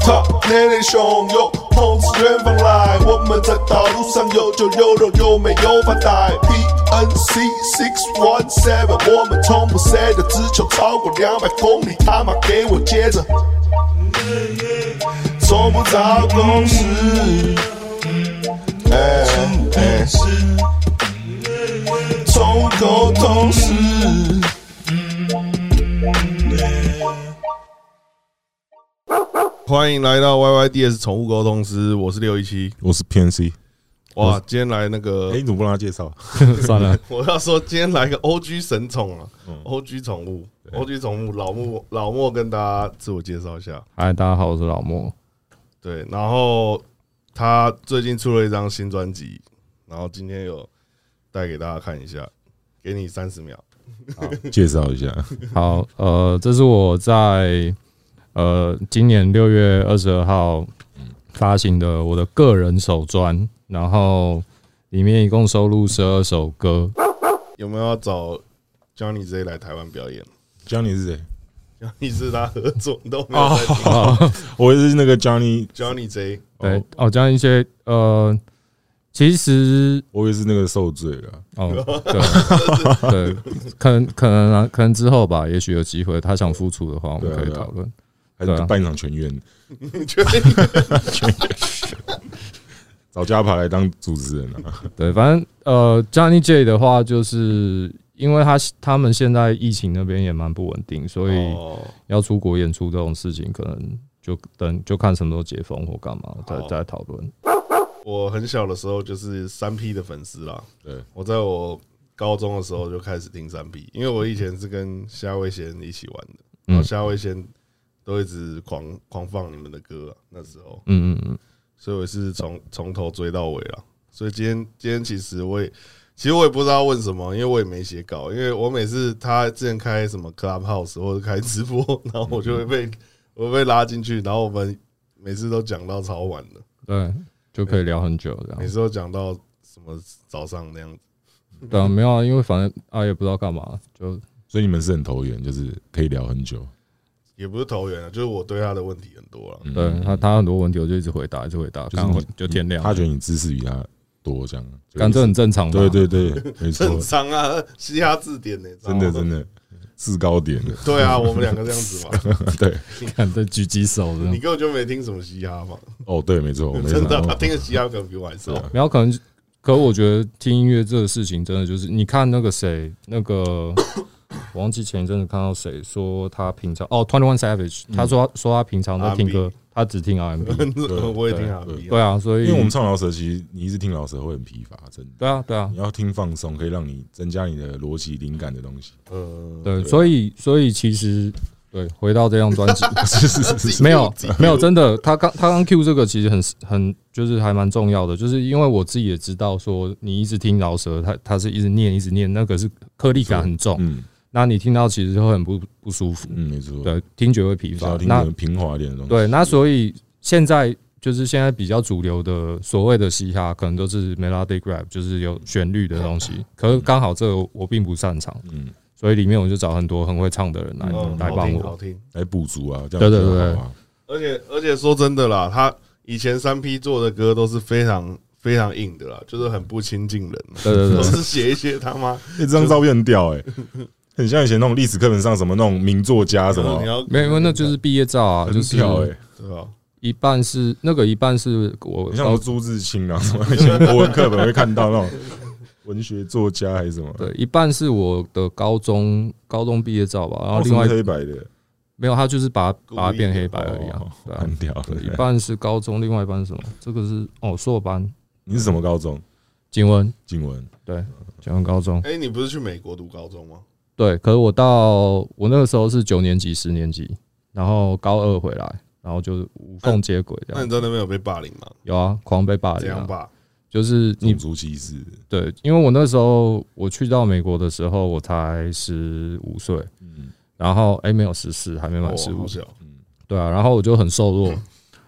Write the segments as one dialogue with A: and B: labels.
A: 他年龄汹涌，碰自远方来。我们在道路上有酒有肉，又没有发呆。PNC six one seven，我们从不 s 的，只求超过两百公里。他妈给我接着，从不找公司。哎哎，从无沟通时。欢迎来到 YYDS 宠物沟通师，我是六一七。
B: 我是 PNC。
A: 哇，今天来那个，
B: 哎、你怎么不让他介绍、啊？
C: 算了，
A: 我要说今天来个 OG 神宠啊、o
B: 嗯
A: g 宠物，OG 宠物老莫老莫跟大家自我介绍一下。
C: 嗨，大家好，我是老莫。
A: 对，然后他最近出了一张新专辑，然后今天有带给大家看一下，给你三十秒。
B: 介绍一下，
C: 好，呃，这是我在呃今年六月二十二号发行的我的个人首专，然后里面一共收录十二首歌。
A: 有没有要找 Johnny Z 来台湾表演
B: ，Johnny 是谁？
A: ？Johnny 是他合作，你都没有在听。
B: 我是那个 Johnny，
A: Johnny Z
C: 对，哦，这样一些呃，其实
B: 我也是那个受罪了。
C: 哦，对对，可能可能啊，可能之后吧，也许有机会，他想付出的话，我们
B: 对啊
C: 可以
B: 对啊
C: 讨论。
B: 还
C: 对
B: 是
C: 啊
B: 办一场全院，
A: 你觉得
B: 找加牌来当主持人啊。
C: 对，反正呃，Johnny J 的话，就是因为他他们现在疫情那边也蛮不稳定，所以
A: 哦
C: 要出国演出这种事情，可能就等就看什么时候解封或干嘛，再
B: 哦
A: 好
C: 再讨论。
A: 我很小的时候就是三 P 的粉丝啦。
B: 对，
A: 我在我高中的时候就开始听三 P，因为我以前是跟夏威贤一起玩的，
C: 嗯
A: 然后夏威贤都一直狂狂放你们的歌、啊，那时候，
C: 嗯嗯嗯，
A: 所以我也是从从头追到尾了。所以今天今天其实我也其实我也不知道问什么，因为我也没写稿，因为我每次他之前开什么 Clubhouse 或者开直播，然后我就会
C: 嗯
A: 被我被拉进去，然后我们每次都讲到超晚的。
C: 对，就可以聊很久这
A: 每
C: 样。
A: 次都讲到什么早上那样子，
C: 对啊，没有啊，因为反正啊也不知道干嘛，就
B: 所以你们是很投缘，就是可以聊很久。
A: 也不是投缘啊，就是我对他的问题很多啊了。
C: 对他他很多问题我就一直回答，一直回答，
B: 嗯就是
C: 干
B: 你
C: 回就天亮
B: 他。觉得你知识比他多，这样。
C: 感觉很正常吧，
B: 对对 对，没错
A: 正，常啊，嘻哈字典呢、
B: 真的
A: 知道吗
B: 真。的制高点的。
A: 对啊，我们两个这样子嘛，
B: 对，
C: 看这举几手的
A: 你，根本就没听什么嘻哈嘛，
B: 哦对，没错，我没
A: 真的，他
B: 错。
A: 听的嘻哈可能比我还少。
C: 没有可能。可我觉得听音乐这个事情，真的就是你看那个谁，那个我忘记前一阵子看到谁说他平常哦，Twenty One Savage，他说他说他平常在听歌，他只听 R&B。
A: 我也听 R&B，
C: 对
A: 啊，
C: 啊，所以
B: 因为我们唱饶舌，其实你一直听饶舌会很疲乏，真的。
C: 对啊对啊
B: 你要听放松，可以让你增加你的逻辑灵感的东西。
A: 呃，
C: 对，所以所以其实对，回到这张专辑，
B: 是是是是，
C: 没有
A: 自己
C: 没有，真的，他刚他刚 Q 这个其实很很就是还蛮重要的，就是因为我自己也知道说，你一直听饶舌，他他是一直念一直念，那个是颗粒感很重，
B: 嗯
C: 那你听到其实会很不不舒服，
B: 嗯，没错。
C: 对，听觉会疲
B: 比
C: 乏
B: 较。听
C: 那
B: 那平滑一点的东西。
C: 对，那所以现在就是现在比较主流的所谓的嘻哈，可能都是 melodic rap，就是有旋律的东西。可是刚好这个我并不擅长，
B: 嗯，
C: 所以里面我就找很多很会唱的人来
A: 嗯，
C: 来
A: 好
C: 帮
B: 哦
A: 听好
C: 我。
A: 听。
B: 来补足啊，这样
C: 对对
B: 比较
C: 对
B: 好啊。
A: 而且而且说真的啦，他以前三 P 做的歌都是非常非常硬的啦，就是很不亲近人，
C: 对对
A: 都
C: 对，
A: 是写一些他妈
B: 欸这张照片很屌哎， 很像以前那种历史课本上什么那种名作家啊什
A: 你
B: 么，
A: 要
C: 没有，因为那就是毕业照啊，嗯就
B: 很
C: 是
B: 屌哎，
A: 对吧？
C: 一半是那个一半是我
B: 很像什么
C: 高
B: 朱自清啊，什么以前国文课本会看到那种文学作家还是什么，
C: 对，一半是我的高中高中毕业照吧，然后
B: 哦，
C: 另外
B: 什么黑白的，
C: 没有，他就是把它
A: 故意
C: 把它变黑
B: 白
C: 白而已啊，对啊。
B: 很屌的。
C: 一半是高中，另外一半是什么？这个是哦，硕班，
B: 你是什么高中？
C: 景文，
B: 景文
C: 对，景文高中，
A: 哎，你不是去美国读高中吗？
C: 对。可是我到我那个时候是九年级、十年级，然后高二回来，然后就是无缝接轨这
A: 那
C: 样
A: 你。在那边有被霸凌吗？
C: 有啊，狂被霸
A: 这
C: 凌、
A: 样
C: 啊，
A: 吧，
C: 就是你
B: 种族歧视，
C: 对，因为我那时候我去到美国的时候，我才十五岁，
B: 嗯
C: 然后哎、没有十四，还没
A: 哦
C: 满十
A: 好
C: 五，
A: 小，
B: 嗯，
C: 对啊，然后我就很瘦 弱，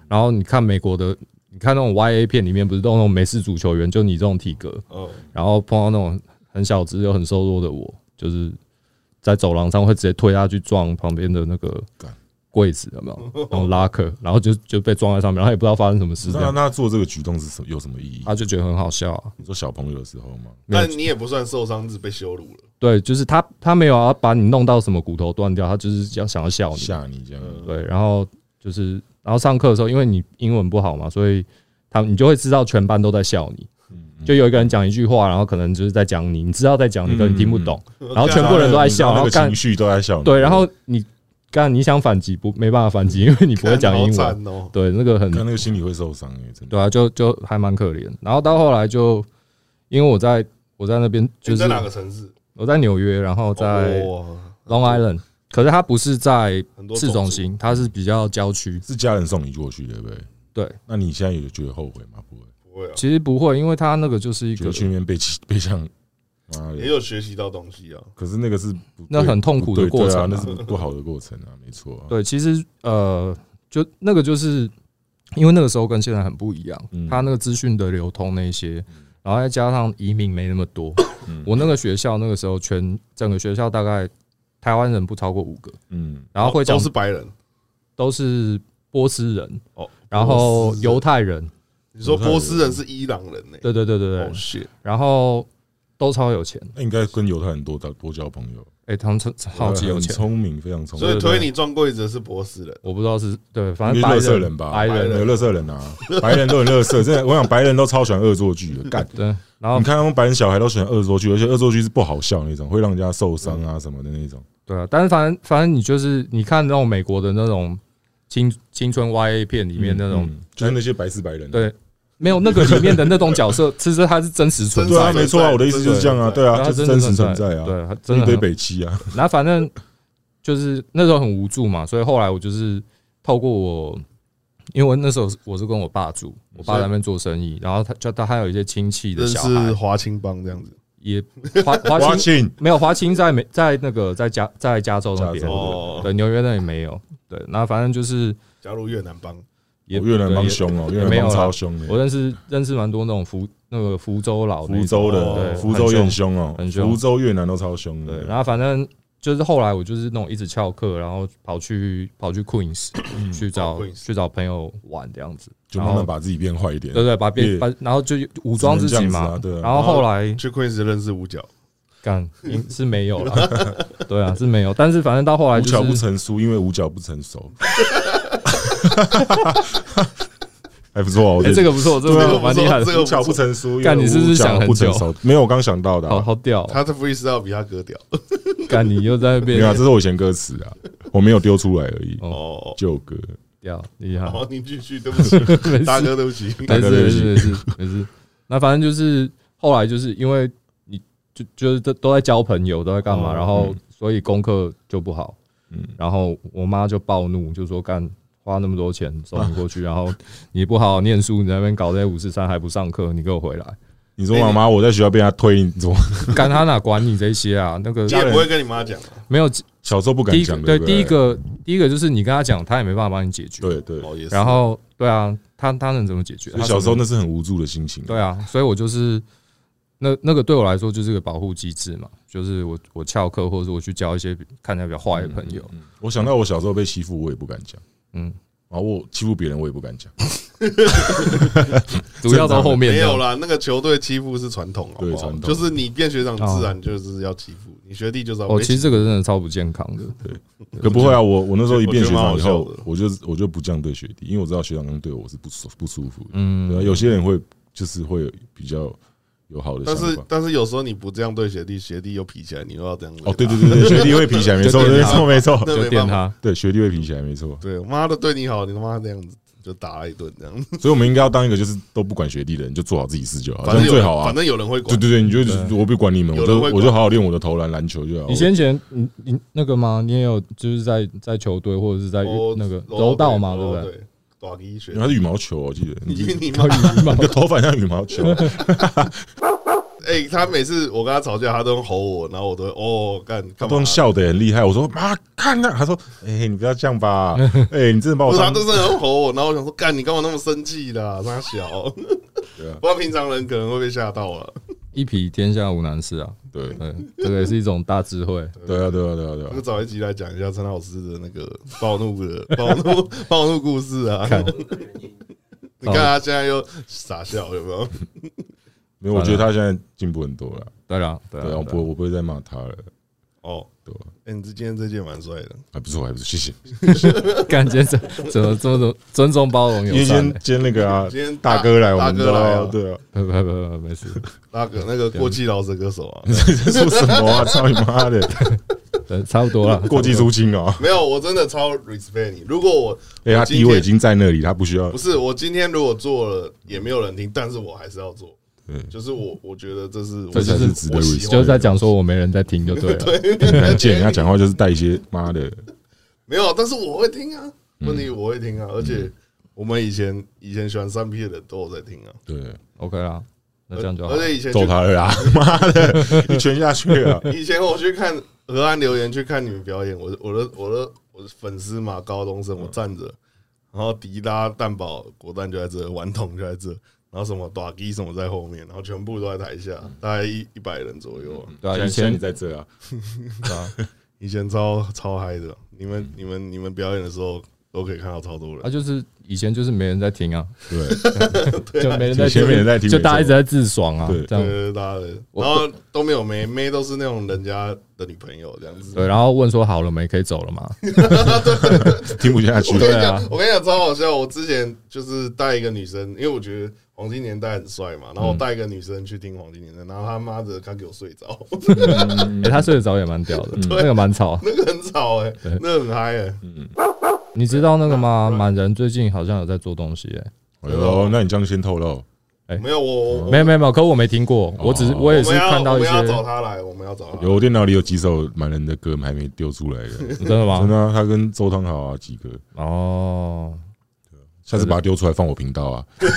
C: 然后你看美国的。你看那种 Y A 片里面不是都有那种美式足球员，就你这种体格，
A: 哦，
C: 然后碰到那种很小只又很瘦弱的我，就是在走廊上会直接推下去撞旁边的那个
B: 干
C: 柜子，有没有？那种拉客， 然后就就被撞在上面，然后也不知道发生什么事，这
B: 那
C: 样
B: 那做这个举动是什有什么意义？
C: 他就觉得很好笑啊。
B: 你说小朋友的时候吗？
C: 没有
A: 但你也不算受伤，是被羞辱了。
C: 对，就是他他没有要把你弄到什么骨头断掉，他就是想想要笑你。嗯
B: 吓你这样，
C: 对，然后就是，然后上课的时候，因为你英文不好嘛，所以他你就会知道全班都在笑你。
B: 嗯
C: 就有一个人讲一句话，然后可能就是在讲你，你知道在讲你，
B: 嗯
C: 可你听不懂，然 后全部人都在笑，然
B: 那
C: 后
B: 个
C: 干
B: 情绪都在笑你。
C: 对，然后你干你想反击不没办法反击，因为你不会讲英
A: 看好
C: 文，
A: 惨哦。
C: 对，那个很
B: 看那个心里会受伤哎，真的。
C: 对啊，就就还蛮可怜。然后到后来就因为我在我在那边就
A: 你
C: 是
A: 在哪个城市？哦
C: 我在纽约，然后在
A: 哇
C: Long Island，可是它不是在
A: 很多
C: 市
A: 种
C: 中
A: 族
C: 心，它是比较郊区。
B: 是家人送你过去的，对不对？
C: 对，
B: 那你现在有觉得后悔吗？不会，
A: 不会啊，
C: 其实不会，因为它那个就是一
B: 觉
C: 个
B: 得去那边被欺 被像，妈
A: 也
B: 的！
A: 有学习到东西啊。
B: 可是那个是不
C: 那很痛
B: 不
C: 苦
B: 对
C: 的过
B: 对
C: 程、
B: 啊，那是不好的过程啊，没错啊。
C: 对，其实呃，就那个就是因为那个时候跟现在很不一样，
B: 嗯
C: 它那个资讯的流通那些，然后再加上移民没那么多，
B: 嗯
C: 我那个学校那个时候全整个学校大概台湾人不超过五个，
B: 嗯，
C: 然后会讲
A: 都是白人。
C: 都是波斯人
A: 哦，
C: 然
A: 波
C: 后
A: 斯人
C: 犹太人，
A: 你说波斯人是伊朗人呢？
C: 对对对对
A: 哦
C: 对，
A: shit，
C: 然后都超有钱，
B: 那应该跟犹太人多交多交朋友，
C: 哎，他们超超级有
B: 很
C: 钱，
B: 聪明，非常聪
A: 所
B: 明。
A: 以推你撞柜子的是波斯人。
C: 我不知道是对，反
B: 你
C: 正
B: 是
C: 白
B: 乐色人吧？
C: 白
A: 白
C: 人
B: 有乐色人啊，白人都很乐色。真的，我想白人都超喜欢恶作剧的，干。
C: 对，然后
B: 你看他们白人小孩都喜欢恶作剧，而且恶作剧是不好笑那种，会让人家受伤啊什么的那种。
C: 对啊，但是反正反正你就是你看那种美国的那种青青春 YA 片里面那种，
B: 嗯就是那些白是白人啊，
C: 对，没有那个里面的那种角色，其实它是真实存在
B: 对啊，
A: 真实
B: 没错啊，
A: 存在
B: 我的意思就是这样啊，
A: 真
B: 对啊，
C: 它
B: 就是
C: 的
B: 真实存在啊，
C: 对，它真
B: 一
C: 的
B: 堆
C: 很。
B: 北七啊，
C: 然后反正就是那时候很无助嘛，所以后来我就是透过我，因为我那时候我是跟我爸住，我爸在那边做生意，然后他就他还有一些亲戚的
A: 认
C: 小
A: 识
C: 孩，
A: 华青帮这样子
C: 也花花
B: 花
C: 青
B: 庆
C: 没有花青在美在那个在加在加州那
B: 加
C: 边
B: 州，
A: 哦，
C: 对纽约那里没有，对，那反正就是。
A: 加入越南帮，
C: 也
B: 哦越南帮
C: 对
B: 凶哦，
C: 也
B: 越南
C: 没有
B: 帮
C: 啦
B: 超凶
C: 我
B: 的，
C: 认识认识蛮多那种福那个福州佬哦那
B: 福
C: 种，
B: 州
A: 对
B: 的，福州也很凶哦，
C: 很凶
B: 福州越南都超凶
C: 对，
B: 的，
C: 然后反正就是后来我就是那种一直翘课，然后跑去跑 去 Queens 去
A: 哦
C: 找
A: ，Queens
C: 去找朋友玩这样子，
B: 就
C: 然
B: 慢
C: 后
B: 慢把自己变坏一点
C: 对。对，把变
B: 也
C: 把然后就武装自己嘛
B: 只能这样子啊对啊，
C: 然后后来
A: 去 Queens 认识五角，
B: 哦
C: 干嗯是 没有了，对啊是没有，但是反正到后来
B: 无巧
C: 就
B: 不
C: 是
B: 成书，因为无巧不成 熟，还不错啊，我觉
C: 哎
B: 得
C: 这个不错，这
A: 这个
C: 个
A: 不
C: 蛮厉
A: 错
C: 害
A: 这
C: 的，
A: 个
B: 无巧不成书，
C: 干你是不是想很
B: 不成
C: 久
B: 熟？没有，我刚想到的啊
C: 好，好屌哦，
A: 他的 freestyle 比他哥屌
C: 干你又在那
B: 没有啊，
C: 边
B: 这是我以前歌词啊，我没有丢出来而已，
C: 哦
A: 哦。
B: 旧歌。
C: 屌厉害，
A: 好，你继续，对 不起，
C: 没事
A: 大哥，对不起。
C: 没
B: 哦大
C: 事
B: 哥对
C: 没
B: 不
C: 事
B: 起
C: 没事没事。那反正就是后来就是因为你就就是都都在交朋友，都在干嘛，
A: 哦
C: 然后所以功课就不好。
B: 嗯
C: 然后我妈就暴怒，就说干花那么多钱送你 过去，然后你不好好念书，你在那边搞这些五四三还不上课，你给我回来，
B: 你说妈妈，我在学校被他推，你怎么？
C: 干他哪管你这些啊？那个
A: 你也不会跟你妈讲啊
C: 没有
B: 小时候不
C: 第
B: 敢
C: 一个
B: 讲，
C: 对
B: 不
C: 第一，个第一个就是你跟他讲，他也没办法帮你解决。
B: 对对。
A: 哦，也是。
C: 然后对啊，他他能怎么解决？
B: 所以
C: 他
B: 小时候
C: 怎么
B: 那是很无助的心情，
C: 对啊，所以我就是那那个对我来说就是个保护机制嘛，就是我我翘课或者是我去交一些看起来比较坏的朋友，
A: 嗯
B: 我想到我小时候被欺负，我也不敢讲，
C: 嗯，
B: 然后我欺负别人，我也不敢讲，
C: 主要到后面
A: 嗯没
C: 这样
A: 有啦，那个球队欺负是传统，好不
B: 对
A: 好？
B: 传统哦
A: 就是你变学长，自然就是要欺负你学弟，就是要
C: 哦，
A: 被
C: 其
A: 欺
C: 实
A: 负。
C: 这个真的超不健康的，
B: 可不会啊，我我那时候一变学长以
A: 我觉得蛮好
B: 后
A: 笑的，
B: 我就我就不这样对学弟，因为我知道学长刚对我是不舒不舒服的，
C: 嗯，
B: 对啊，有些人会就是会有比较有好的
A: 但
B: 想
A: 是
B: 法。
A: 但是有时候你不这样对学弟，学弟又皮起来，你又要这样
B: 哦，对对对 对，学弟会皮起来，没错
C: 就
B: 没
C: 电他
B: 错没错，
A: 那
C: 就
A: 没
C: 电
A: 办法，
C: 他，
B: 对，学弟会皮起来，没错。
A: 对，妈的对你好，你他妈这样子就打了一顿这样，
B: 所以我们应该要当一个就是都不管学弟的人，就做好自己事就好，
A: 反
B: 这
A: 正
B: 样
A: 有
B: 最
A: 人
B: 好啊
A: 反。正有人会
B: 对
A: 管。
B: 对对，你就就是我不管你们，
A: 有
B: 我
A: 人
B: 就
A: 会管
B: 我就好好练我的投篮篮球就好。
A: 哦
C: 你先前你你那个吗？你也有就是在在球队或者是在
A: 我
C: 那个柔道嘛，对
A: 柔
C: 不
A: 哦道哦
C: 对？
A: 对？打一学
B: 因为，它是羽毛球哦，我记得
A: 你
B: 你
A: 你妈！
B: 你的头发像羽毛球，
A: 哎，他每次我跟他吵架，他都用吼我，然后我都会哦干
B: 他
A: 干嘛
B: 都能？笑得很厉害。我说妈，看那，他说哎，你不要这 样吧，哎，你真的把
A: 不
B: 我
A: 是，他啊
B: 当
A: 都是很吼我，然后我想说 干你干嘛那么生气啦？他小，不
B: 对啊
A: 过平常人可能会被吓到了。啊
C: 一匹天下无难事啊，
B: 对
C: 对，这个也是一种大 智慧。
B: 对啊，对啊，对啊，对
A: 我们
B: 啊，
A: 找一集来讲一下陈老师的那个暴怒的 暴怒暴怒故事啊。 你看他现在又傻笑，有没有？
B: 没有，我觉得他现在进步很多了，
C: 对啦，对
B: 对啊，
C: 啦
B: 我，不会，我不会再骂他了，
A: 哦，
B: 对吧？
A: 哎，你这今天这件蛮帅的，
B: 还不错，还不错，谢谢。
C: 感觉怎怎么这么尊重包容
B: 因
C: 友
B: 为今
C: 善欸
B: 天？今天那个啊
A: 今天，大
B: 大哥来，我
A: 大
B: 们都
A: 哥来啊
B: 要对啊，
C: 不不不不，没事，
A: 大哥那个过气饶舌歌手啊。
B: 你在说什么啊？操你 妈的，
C: 呃，差不多了。
B: 过继出清啊！
A: 没有，我真的超 respect 你。如果我
B: 哎，他
A: 我今
B: 地
A: 天
B: 位已经在那里，他不需要
A: 不。是我今天如果做了也没有人听，但是我还是要做。
B: 对
A: 就是我我觉得这是
C: 嗯这就是
A: 我
B: 值得
A: 我喜
B: respect
A: 欢
C: 就
A: 的
C: 是在讲说我没人在听就对了。
B: 很贱，人家讲话就是带一些妈的，
A: 没有，但是我会听啊。
C: 嗯
A: 问题我会听啊，而且我们以前以前喜欢三 P 的人都有在听啊，
B: 对，
C: OK 啦，那这样就好
A: 而。且以前去
B: 揍他了啦，妈的，一拳下去啊 了，
A: 以前我去看河岸留言去看你们表演，我的我的我的我的粉丝嘛，高中生，我站
C: 嗯
A: 着，然后迪拉蛋堡果蛋就在这，顽童就在这，然后什么打鸡什么在后面，然后全部都在台下，
C: 嗯
A: 大概一一百人左右啊。
C: 对啊，以
B: 现在
C: 前
B: 你在这啊，
C: 对啊，
A: 以前超超嗨的，你们你们你们表演的时候都可以看到超多
C: 啊
A: 人，
C: 就是以前就是没人在听啊，
B: 对，
C: 就没人在
B: 以前
C: 听，
B: 没人在听
C: 就大家
B: 没
C: 一
B: 错
C: 直在自爽啊
B: 对，
C: 这样。
A: 对大家的，
C: 我
A: 然后都没有妹妹，都是那种人家的女朋友这样子。
C: 对，然后问说好了没，可以走了嘛？
B: 听不下去
A: 我跟你
B: 了，
C: 对啊
A: 讲，我跟你讲超好笑。我之前就是带一个女生，因为我觉得黄金年代很帅嘛，然后我带一个女生去听黄金年代，然后她妈的她给我睡着，
C: 哎，他睡得着也蛮屌的，那个蛮吵。
A: 那个很吵哎、那个很嗨哎、
C: 你知道那个吗？满人最近好像有在做东西哎。
B: 哎呦，那你这样先透露，
C: 哎
A: 没有我我
C: 没有没有没有，可我没听过，我只是我也
A: 哦我们
C: 是
A: 要
C: 看到
A: 我
C: 一
A: 们
C: 些
A: 要找她来，我们要找 她。
B: 有我电脑里有几首满人的歌还没丢出来的，
C: 真的
B: 真
C: 吗？
B: 的啊，他跟周汤豪啊几个，
C: 哦，
B: 下次把它丢出来放我频道啊
C: 对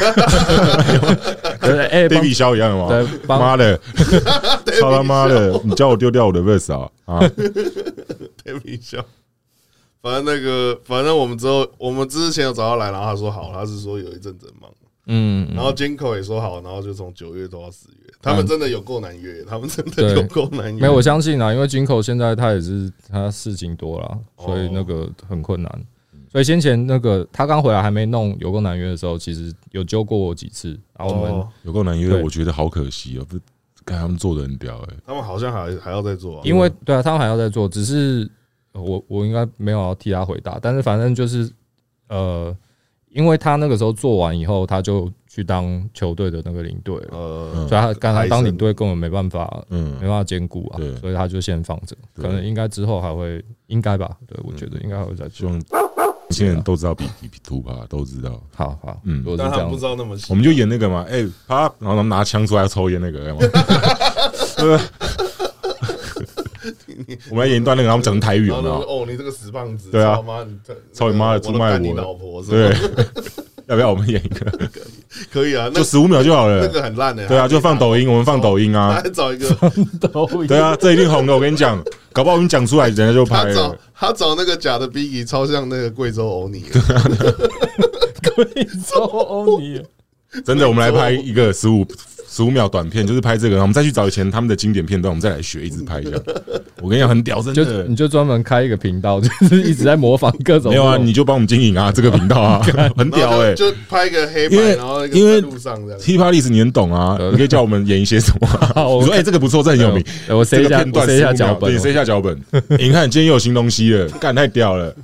C: 哎，帮
B: ，Baby 肖一样吗？
C: 对帮
B: 妈的， 操他妈的，你叫我丢掉我的 verse 啊啊！
A: 开玩笑。反正那个，反正我们之后，我们之前有找他来，然后他说好，他是说有一阵子很忙，
C: 嗯，嗯
A: 然后金口也说好，然后就从九月拖到十月，他们真的有够难约，他们真的
C: 对
A: 有够难约。
C: 没有，我相信啊，因为金口现在他也是他事情多了，
A: 哦
C: 所以那个很困难。
B: 嗯
C: 所以先前那个他刚回来还没弄有够难约的时候，其实有揪过我几次，然后我们
A: 哦，
B: 有够难约，
C: 对
B: 我觉得好可惜哦，不，看他们做的很屌哎，
A: 他们好像还还要再做、啊，
C: 因为对啊，他们还要再做，只是呃我我应该没有要替他回答，但是反正就是呃，因为他那个时候做完以后，他就去当球队的那个领队了，
A: 呃，
C: 所以他刚他
A: 海
C: 当
A: 神
C: 领队根本没办法
B: 嗯
C: 没，办法兼顾啊
B: 对，
C: 所以他就先放着，
B: 对嗯
C: 可能应该之后还会，应该吧？对，我觉得应该还会再
B: 希
C: 做。
B: 望年轻人都知道比比比图吧，都知道。
C: 好好，
B: 嗯
C: 嗯，如果
A: 但
C: 是
A: 他
C: 这
A: 们
C: 样
A: 不，知道那么细啊
B: 我们就演那个嘛，哎、啪，然后他们拿枪出来抽烟那个，哎有没有 对吧？我们来演一段那个，他们讲台语，
A: 然后
B: 有没
A: 他们
B: 有？
A: 说哦，你这个死棒子，
B: 对啊
A: 操妈，你这
B: 操你妈的出
A: 我
B: 卖我
A: 都干你老婆是吧？
B: 对， 要不要我们演一个？
A: 可以啊，那
B: 就十五秒就好
A: 那
B: 了。
A: 个哦很烂的，欸
B: 对啊，就放抖音，我们放抖音
A: 他
B: 啊。
A: 还找一 个，
B: 对啊，这一定红的，我跟你讲，搞不好我们讲出来，人家就拍
A: 他找
B: 了。
A: 他找那个假的 Biggie，超像那个贵州欧尼的，啊
C: 贵州欧尼，
B: 真的，我们来拍一个十五十五秒短片，就是拍这个，然后我们再去找以前他们的经典片段，我们再来学，一直拍这样。我跟你讲，很屌，真
C: 就
B: 的
C: 你。就专门开一个频道， 就是一直在模仿各种。
B: 没有啊，你就帮我们经营啊，这个频道 啊，
A: 然
B: 很 屌
A: 后
B: 哎。
A: 就就拍一个黑
B: 因为
A: 白，然后那
B: 因
A: 个
B: 为
A: 在路上这样。
B: T 趴历史你很懂 啊，你可以叫我们演一些什么啊、
C: 好
B: 你说哎、这个不错，这很有名。
C: 对我
B: 这
C: 塞一
B: 个
C: 下
B: 片，
C: 我
B: 段
C: 塞一下脚
B: 15秒
C: 本哦
B: 对，塞一下脚 本。你看，今天又有新东西了，干太屌了！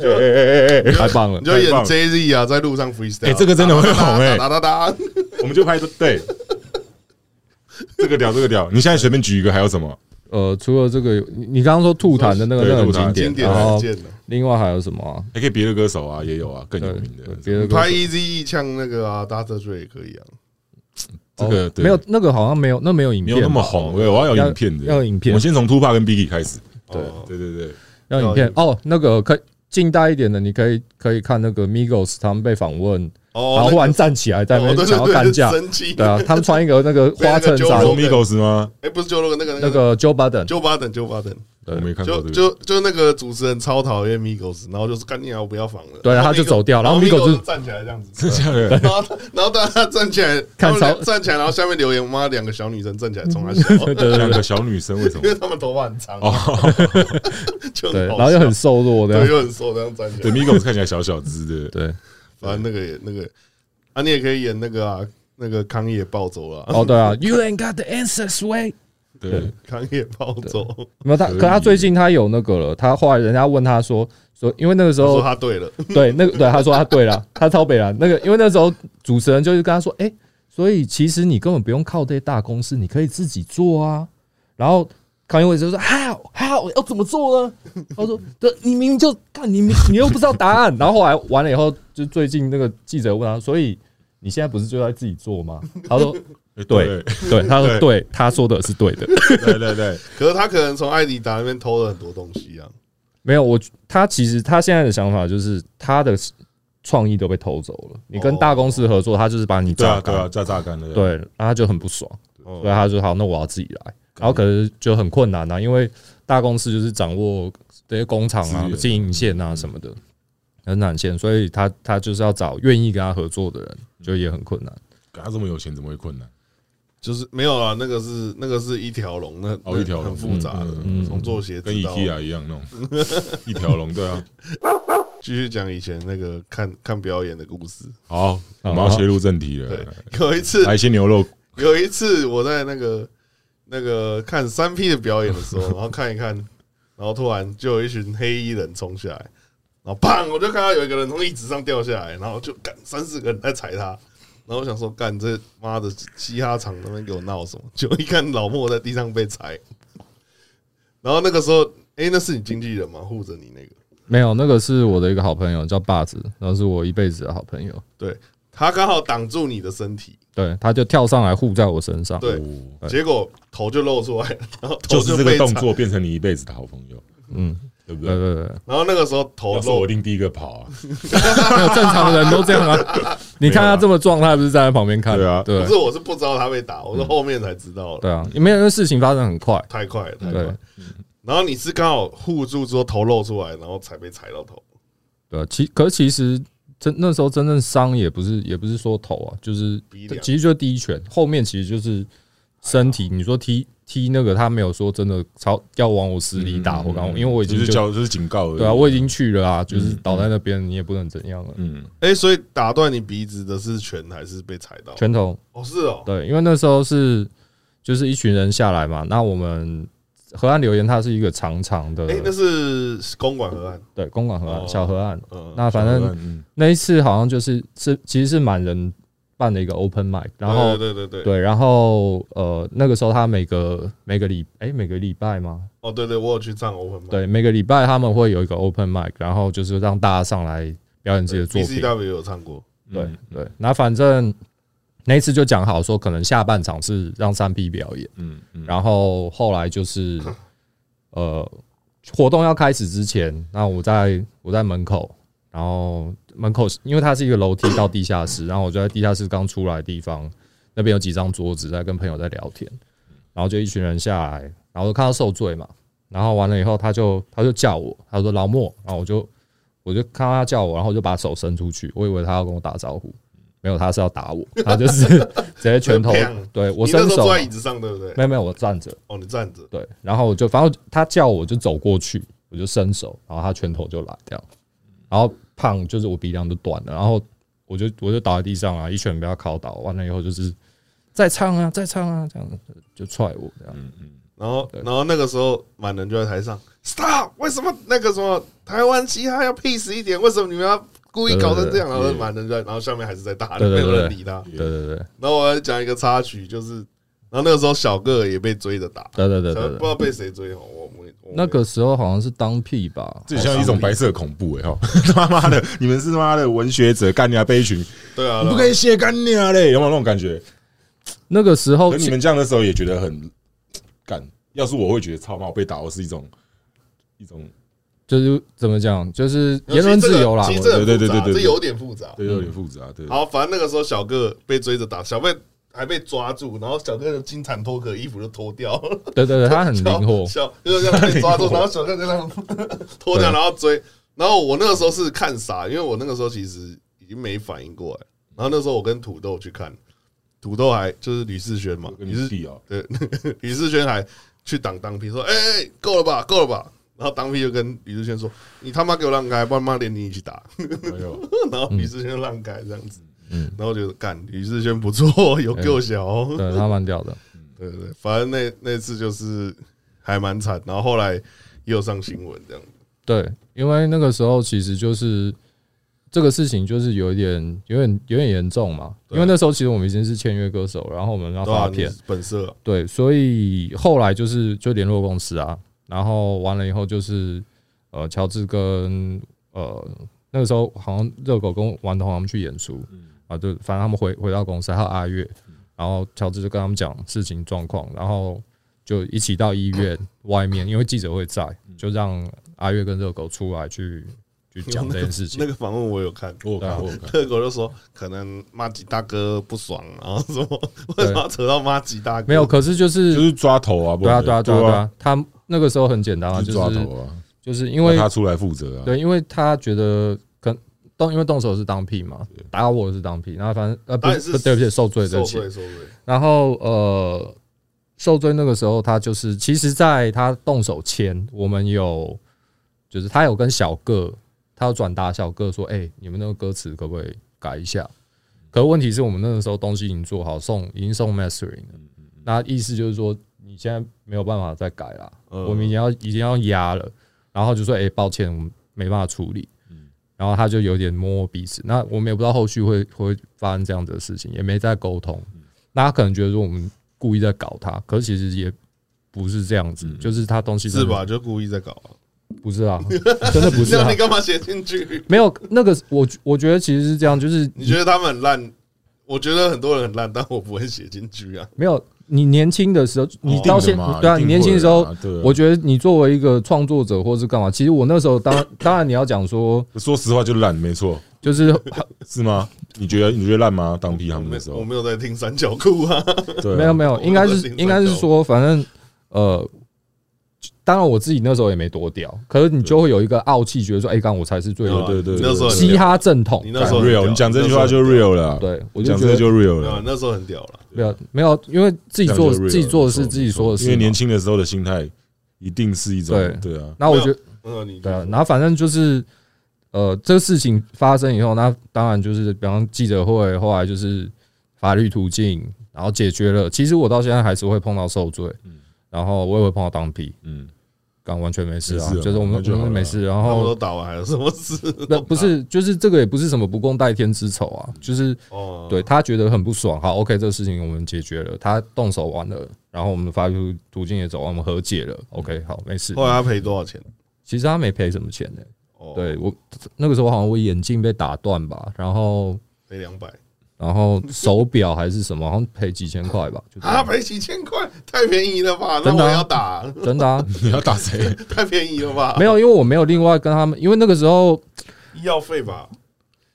B: 哎哎哎哎哎，
C: 太棒了
A: 你。就演
B: 太棒
A: J Z 啊，在路上 freestyle，
B: 哎这个真的会红哎
A: 哒哒哒，哒
B: 我们就拍对，这个屌，这个屌。你现在随便举一个，还有什么？
C: 呃，除了这个，你你刚刚说吐痰的那个，
B: 对
C: 那个
B: 吐痰
A: 经
C: 很
A: 典
C: 经典。
A: 的
C: 然
B: 哦
A: 很
C: 后
A: 贱的，
C: 另外还有什么啊？
B: 还可以别的歌手啊，也有啊，更有
C: 对，
B: 名的
C: 对。别的歌
A: 拍
C: 手
A: Easy 呛那个啊 d a t a Dre 也可以啊，
B: 这个
C: 哦
B: 对
C: 没有那个好像没有，那没有影
B: 没
C: 片
B: 有
C: 吧，
B: 那么红，对，我要有
C: 要
B: 影片的。
C: 要有影
B: 我
C: 片
B: 们，先从 t u p a 跟 Biggie 开始。
C: 对
A: 哦
B: 对对对，
C: 要有影片哦。那个可以近代一点的，你可以可以看那个 Migos 他们被访问，
A: 哦，那
C: 然后
A: 个
C: 忽然站起来在那
A: 哦对
C: 边想要
A: 对
C: 干
A: 对
C: 架，
A: 生气，
C: 对啊，他们穿一个那个花衬
A: 被那
C: 衫
A: 个
B: 从
A: Joe Rogan
B: Migos 吗？
A: 哎，不是 Joe Rogan 那个
C: 那个 Joe Biden，
A: Joe Biden，Joe Biden，
B: 我没看过
A: 就
B: 这个。
A: 就就那个主持人超讨厌 Migos，然后就是干你啊，我不要仿了。
C: 对
A: 然后
C: 他就
A: Migos-
C: 走掉然后 Migos
A: 就
C: 就
A: 站起来这样子，
B: 真的假的？
A: 然后他然后大家站起来， 他
C: 看
A: 们俩
C: 超
A: 站起来，然后下面留言，妈两个小女生站起来冲 他笑，
B: 两个小女生为什
A: 因
B: 么？
A: 为他们头发很长，
B: 哦，
A: 就
C: 对，
A: 很好
C: 然后又
A: 笑
C: 很瘦
A: 哦
C: 弱
A: 啊对，
C: 的，
A: 又很瘦，这样站起
B: 对
A: 来。
B: ，Migos 看起来小小只的，
C: 对，
A: 反正那个也那个啊，你也可以演那个啊，那个康也暴走了，
C: 哦对啊，You ain't got the answers, way。
B: 对，
A: 康也暴走，
C: 没有他，
B: 可以
C: 可他最近他有那个了，他后来人家问他说说，因为那个时
A: 他说
C: 候
A: 他对了，
C: 对那个对他说他对了，他超北了那个，因为那时候主持人就是跟他说，哎，所以其实你根本不用靠这些大公司，你可以自己做啊。然后康永伟就说，How how 要怎么做呢？他说，对，你明明就看你明你又不知道答案。 然后后来完了以后，就最近那个记者问他，所以你现在不是就在自己做吗？他说，
B: 哎
C: 对，对，他说
B: 对
C: 对，他说的是对的。
B: 对对 对，
A: 可是他可能从艾迪达那边偷了很多东西啊，
C: 没有，我他其实他现在的想法就是他的创意都被偷走了。你跟大公司合作，他就是把你
B: 哦对
C: 榨
B: 啊对啊，
C: 干，
B: 榨榨干的，
C: 对，然后他就很不爽，所以
A: 哦，
C: 他就好，那我要自己来。然后可是就很困难啊，因为大公司就是掌握这些工厂啊
B: 资、源
C: 经营线啊什么的，很难线，所以他他就是要找愿意跟他合作的人，就也很困难。
B: 他这么有钱怎么会困难？
A: 就是没有啊，那个是那个是一条龙，那
B: 哦一条
A: 很
B: 龙
A: 复杂的
C: 嗯嗯，嗯
A: 从做鞋子
B: 跟
A: 到
B: IKEA 一样那种一条龙，对 啊。
A: 继续讲以前那个看看表演的故事。
B: 好，我们要切入正题
A: 对
B: 了，，
A: 有一次，
B: 来一些牛肉，
A: 有一次我在那个那个看三 P 的表演的 时候，然后看一看，然后突然就有一群黑衣人冲下来，然后砰，我就看到有一个人从椅子上掉下来，然后就干三四个人在踩他。然后我想说，干这妈的嘻哈场那边给我闹什么？就一看老莫在地上被踩，然后那个时候，哎、那是你经纪人吗？护着你那个，
C: 没有，那个是我的一个好朋友叫霸子，然后是我一辈子的好朋友，
A: 对他刚好挡住你的身体，
C: 对，他就跳上来护在我身上，
A: 对
B: 哦
A: 结果头就露出来了，然后头
B: 就是这
A: 被
B: 个动
A: 踩
B: 作变成你一辈子的好朋友，
C: 嗯，
B: 对不
C: 对
B: 对？
C: 对对。
A: 然后那个时候头
B: 要是我
A: 露
B: 一定第一个跑啊！
C: 没有正常的人都这样啊。 你看他这么壮，他还不是站在旁边看？
B: 对啊
C: 对嗯
A: 不是，我是不知道他被打，我是后面才知道的，
C: 对啊，也没有因为事情发生很快。
A: 太快了，太快
C: 对
A: 了。然后你是刚好护住之后头露出来，然后才被踩到头。
C: 嗯对，啊其可是其实真那时候真正伤也不是也不是说头啊，就是
A: 鼻梁
C: 其实就是第一拳，后面其实就是身体。你说踢踢那个，他没有说真的朝要往我死里打或干嘛，因为我已
B: 就
C: 经
B: 嗯是
C: 嗯就
B: 叫就是警告而已。
C: 对啊，我已经去了啊，就是倒在那边，你也不能怎样了。
B: 嗯，
A: 哎，所以打断你鼻子的是拳还是被踩到？
C: 拳头
A: 哦，是哦，
C: 对，因为那时候是就是一群人下来嘛，那我们河岸留言它是一个长长的，
A: 哎，那是公馆河岸，
C: 对，公馆河岸、
A: 哦
C: 小河岸。
A: 嗯，
C: 那反正
B: 嗯
C: 那一次好像就是是其实是满人办的一个 open mic，然后
A: 对对对对，
C: 对，然后呃那个时候他每个每个礼哎、每个礼拜吗？
A: 哦对对，我有去唱 open mic，
C: 对，每个礼拜他们会有一个 open mic，然后就是让大家上来表演自己的作
A: ，B
C: 品
A: C。W 有唱过，
C: 对
B: 嗯
C: 对，那反正那一次就讲好说，可能下半场是让三 P 表演，
B: 嗯嗯，
C: 然后后来就是呃活动要开始之前，那我在我在门口，然后门口是因为它是一个楼梯到地下室，然后我就在地下室刚出来的地方，那边有几张桌子在跟朋友在聊天，然后就一群人下来，然后就看到受罪嘛，然后完了以后他就他就叫我，他说老莫，然后我就我就看到他叫我，然后我就把手伸出去，我以为他要跟我打招呼。没有，他是要打我，他就是 直接拳头
A: 就砰，
C: 对我
A: 你那
C: 伸
A: 时候
C: 手
A: 坐
C: 嘛，
A: 在椅子上，对不对？
C: 没有没有，我站着，
A: 哦，你站着，
C: 对，然后我就反正他叫我就走过去，我就伸手，然后他拳头就来这样，然后胖就是我鼻梁就断了，然后我就我就倒在地上啊，一拳被他敲倒，完了以后就是再唱啊再唱啊这样就踹我这样，
A: 嗯然后，然后那个时候满人就在台上，Stop！为什么那个什么台湾嘻哈要 peace 一点？为什么你们要故意搞成这样？然后满人就在，然后下面还是在打，
C: 对对
A: 没
C: 对
A: 有人理他。
C: 对对对
A: 然后我要讲一个插曲，就是，然后那个时候小个儿也被追着打，
C: 对对对
A: 小个
C: 对
A: 不知
C: 对，
A: 道被谁追哦，我我我
C: 那个时候好像是当屁吧，
B: 这像一种白色恐怖哎哈！ 他妈的，你们是他妈的文学者干掉被一群，你
A: 对啊，
B: 不可以写干掉嘞，有没有那种感觉？
C: 那个时候
B: 可你们这样的时候也觉得很干，要是我会觉得操妈我被打，我是一种一种
C: 就是怎么讲，就是
A: 对啊
C: 言论自由啦
A: 其，实
C: 我
A: 这个
B: 对对
A: 其实这很复杂
B: 对对对对
A: 这有点复杂。
B: 对有点复杂，对
A: 好，反正那个时候小个被追着打，小贝还被抓住，然后小哥就金蝉脱壳，衣服就脱掉，
C: 对对对，他很灵活，
A: 小就是这样被抓住，然后小哥就这样脱掉，
B: 对
A: 然后追。然后我那个时候是看傻，因为我那个时候其实已经没反应过来。然后那时候我跟土豆去看，土豆还就是吕世轩嘛，
B: 跟
A: 你
B: 你
A: 是
B: 弟哦，
A: 对，吕世轩还去挡当批说：“哎、哎够了吧，够了吧。”然后当批就跟吕世轩说：“你他妈给我让开，不然妈连你一起打。
B: 哎呦，”
A: 然后吕世轩让开这样子，然后就干吕世轩不错，有够小、哦。
C: 对他蛮屌的。
A: 对对对，反正那那次就是还蛮惨，然后后来又上新闻这样。
C: 对，因为那个时候其实就是这个事情，就是有一点、有点、有点严重嘛。
A: 对
C: 因为那时候其实我们已经是签约歌手，然后我们要
A: 对啊，
C: 哦发
A: 你
C: 片
A: 是，本色啊
C: 对，所以后来就是就联络公司啊，然后完了以后就是呃，乔治跟呃那个时候好像热狗跟顽童他们去演出啊，就反正他们回回到公司，还有阿月，然后乔治就跟他们讲事情状况，然后就一起到医院外面，因为记者会在，就让阿月跟热狗出来去去讲这件事情
A: 那。个访问我有看，
B: 我有
C: 啊
B: 看，我有看，
A: 特狗就说可能马吉大哥不爽，然后什么为什么要扯到马吉大哥？
C: 没有，可是就是
B: 就是抓头啊，不
C: 对啊
B: 然
C: 对啊对啊对，啊，他那个时候很简单啊，
B: 就是
C: 就
B: 抓
C: 是
B: 头啊，
C: 就是因为
B: 让他出来负责啊，
C: 对，因为他觉得可动，因为动手是当屁嘛，打我的是当屁，然后反正呃不
A: 当然
C: 是
A: 是
C: 对不起受罪对
A: 受
C: 不起
A: 罪，受罪。
C: 然后呃受罪那个时候他就是，其实在他动手前，我们有就是他有跟小个，他有转达小个说，哎、你们那个歌词可不可以改一下？可问题是我们那个时候东西已经做好，送已经送 mastering
A: 嗯
C: 了，那意思就是说你现在没有办法再改啦，
A: 嗯
C: 我们已经要已经要压了，然后就说哎、抱歉，我们没办法处理。
A: 嗯
C: 然后他就有点摸摸鼻子，那我们也不知道后续会会发生这样子的事情，也没再沟通。
A: 嗯
C: 那他可能觉得说我们故意在搞他，可是其实也不是这样子，就是他东西
A: 嗯
C: 真
A: 是
C: 的
A: 吧？就故意在搞、啊，
C: 不是啊，真的不是啊
A: 那你，干嘛写进去？
C: 没有那个，我我觉得其实是这样，就是
A: 你觉得他们很烂？我觉得很多人很烂，但我不会写进去啊。
C: 没有你年轻的时候，你到现
B: 嘛
C: 对啊，
B: 哦一定
C: 你年轻的时
B: 会
C: 候
B: 啊，对啊
C: 我觉得你作为一个创作者或是干嘛，其实我那时候当当然你要讲说，
B: 说实话就烂，没错，
C: 就是
B: 是吗？你觉得你觉得烂吗？当屁他
A: 我
B: 们
A: 没
B: 的时
A: 我
B: 候，
A: 没有在听三角裤啊，
B: 对啊，
C: 没有没有，应该是
A: 我们
C: 应该是
B: 啊
C: 说，反正呃，当然我自己那时候也没多屌，可是你就会有一个傲气，觉得说，哎，干我才是最
A: 对啊
B: 对对对
A: 你那时候很
C: 嘻
A: 屌
C: 哈正统
A: 你，那
B: 干
A: 时候很屌
B: real，你讲这句话就 real 了，，
C: 对我就
B: 讲
C: 觉
B: 这个
C: 得
B: 就 real
A: 对啊
B: 了，，
A: 那时候很屌了。
C: 没有没有，因为自己
B: 讲
C: 做
B: 这个就 real 了
C: 自己做的事
B: 没错
C: 自己说的事
B: 因
C: 嘛，
B: 为年轻的时候的心态一定是一种
C: 对
B: 对啊，
C: 那我觉得
A: 嗯，你
C: 对啊，然后反正就是呃，这事情发生以后，那当然就是比方记者会，后来就是法律途径，然后解决了。其实我到现在还是会碰到受罪，然后我也会碰到当批，
B: 嗯，
C: 刚完全没事啊，
B: 没事啊
C: 就是我
B: 那
C: 们
B: 就
C: 我
B: 好
C: 们
B: 了
C: 没事。然
A: 他们都
C: 后
A: 打完还有什么事？
C: 那不是就是这个也不是什么不共戴天之仇啊，就是
A: 哦，
B: 嗯
C: 对他觉得很不爽，好，OK，这个事情我们解决了，他动手完了，然后我们的法律途径也走完，我们和解了，OK，好，没事。
A: 后来他赔多少钱？
C: 其实他没赔什么钱呢、
A: 哦，
C: 对我那个时候好像我眼镜被打断吧，然后
A: 赔两百
C: 然后手表还是什么，好像赔几千块吧，就这
A: 啊，
C: 样
A: 赔几千块，太便宜了吧？那
C: 真
A: 我
C: 的啊
A: 要打，
C: 真的啊，
B: 你要打 谁？
A: 太便宜了吧？
C: 没有，因为我没有另外跟他们，因为那个时候
A: 医药费吧？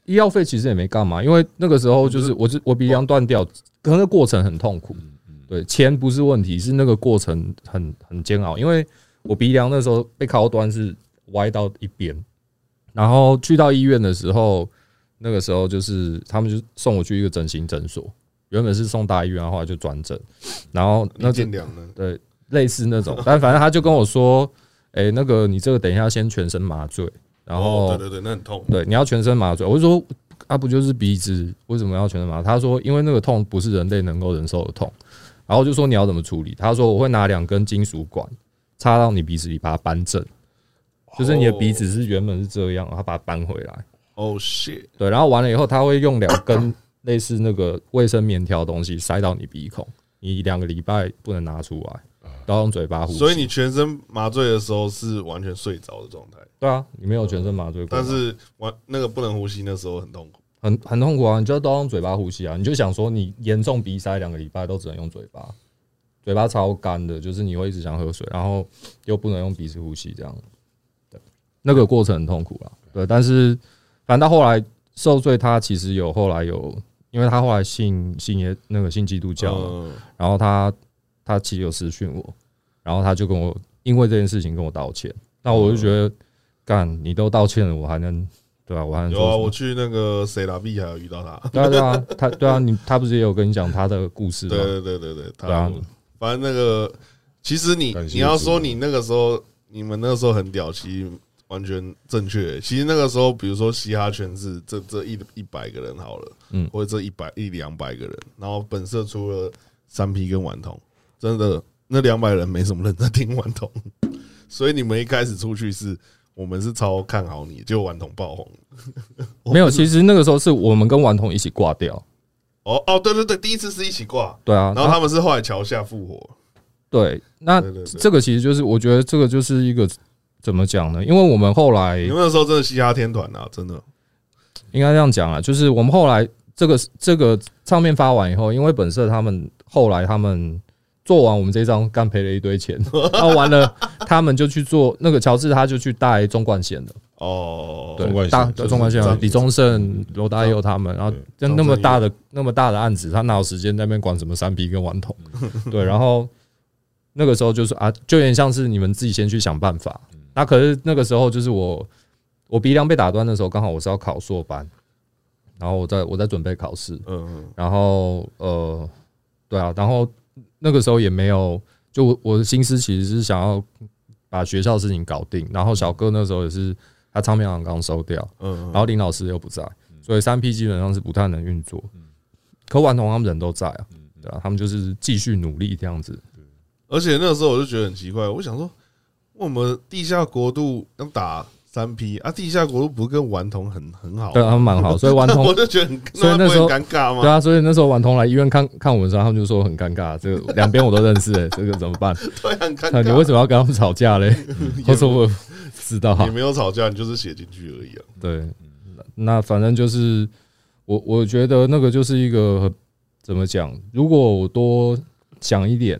C: 医药费其实也没干嘛，因为那个时候
A: 嗯
C: 就是我是我鼻梁断掉，可能那过程很痛苦，对，钱不是问题，是那个过程很很煎熬，因为我鼻梁那时候被靠端是歪到一边，然后去到医院的时候，那个时候就是他们就送我去一个整形诊所，原本是送大医院的话就转诊，然后那
A: 那
C: 就
A: 见两呢？
C: 对，类似那种，但反正他就跟我说，哎、那个你这个等一下先全身麻醉，然后、
A: 哦对对对，那很痛。
C: 对，你要全身麻醉。我就说，啊，不就是鼻子？为什么要全身麻醉？他说，因为那个痛不是人类能够忍受的痛。然后我就说你要怎么处理？他说我会拿两根金属管插到你鼻子里，把它扳正，就是你的鼻子是原本是这样，他把它扳回来。
A: 哦 shit，
C: 对，然后完了以后，他会用两根类似那个卫生棉条的东西塞到你鼻孔，你两个礼拜不能拿出来，都要用嘴巴呼吸。
A: 哦所以你全身麻醉的时候是完全睡着的状态，
C: 对啊，你没有全身麻醉过，
A: 但是完那个不能呼吸那时候很痛苦。
C: 很很痛苦啊！你就都要用嘴巴呼吸啊！你就想说，你严重鼻塞两个礼拜都只能用嘴巴，嘴巴超干的，就是你会一直想喝水，然后又不能用鼻子呼吸，这样，对，那个啊过程很痛苦啦。对，但是反正到后来受罪，他其实有后来有，因因为他后来信信耶那个信基督教嘛，
A: 嗯
C: 然后他他其实有私讯我，然后他就跟我因为这件事情跟我道歉，那我就觉得干你都道歉了，我还能对吧、我还能
A: 有
C: 做
A: 啊，
C: 什
A: 我
C: 么？
A: 去那个谁拉比还有遇到他，
C: 对啊对啊，他对啊，你他不是也有跟你讲他的故事
A: 对
C: 吗？
A: 对对对对，他
C: 对啊
A: 反正那个其实你
B: 感谢
A: 你要
B: 主
A: 说你那个时候你们那个时候很屌，其实完全正确。其实那个时候，比如说嘻哈圈是这这一一百个人好了，
C: 嗯
A: 或者这一百一两百个人，然后本社除了三 P 跟顽童，真的那两百人没什么人在听顽童， 所以你们一开始出去是。我们是超看好你，就顽童爆红我
C: 没有，其实那个时候是我们跟顽童一起挂掉，
A: 哦哦，对对对，第一次是一起挂，
C: 对啊，
A: 然后他们是后来桥下复活，
C: 对，那
A: 对对对
C: 这个其实就是我觉得这个就是一个怎么讲呢？因为我们后来
A: 你们那时候真的嘻哈天团啊，真的。
C: 应该这样讲啊，就是我们后来这个这个唱片发完以后，因为本社他们后来他们做完我们这张，干赔了一堆 钱，那完了他们就去做那个乔治，他就去带中冠线的，
A: 哦，
C: 对
B: 中冠，
C: 大
B: 线
C: 对中冠线
A: 就是
C: 啊
A: 张
C: 李宗盛、罗大佑他们，然后
B: 对
C: 就那么大的那么大的案子，他哪有时间在那边管什么三 P 跟顽童？ 对，然后那个时候就是啊，就有点像是你们自己先去想办法。
A: 嗯
C: 那可是那个时候就是我我鼻梁被打断的时候，刚好我是要考硕班，然后我在我在准备考试，
A: 嗯，
C: 然后呃，对啊，然后那个时候也没有，就我我的心思其实是想要把学校的事情搞定，然后小哥那时候也是他唱片行刚收掉，
A: 嗯嗯，嗯
C: 然后林老师又不在，所以三 P 基本上是不太能运作。可顽童他们人都在
A: 嗯
C: 啊，对啊，他们就是继续努力这样子。
A: 而且那时候我就觉得很奇怪，我想说，我们地下国度要打三 P 啊，地下国度不是跟顽童很很好
C: 对，啊他们 蛮好，所以顽童
A: 我就觉得很，
C: 所以那时候
A: 不会很尴尬
C: 对
A: 吗？
C: 啊，所以那时候顽童来医院看看我们的时候，他们就说很尴尬，这个两边我都认识、欸，这个怎么办？
A: 对啊，很尴
C: 啊，
A: 尬。
C: 你为什么要跟他们吵架 嘞？我说我不知道啊，
A: 也没有吵架，你就是写进去而已啊。
C: 对，
B: 嗯
C: 那那反正就是我我觉得那个就是一个很怎么讲，如果我多想一点，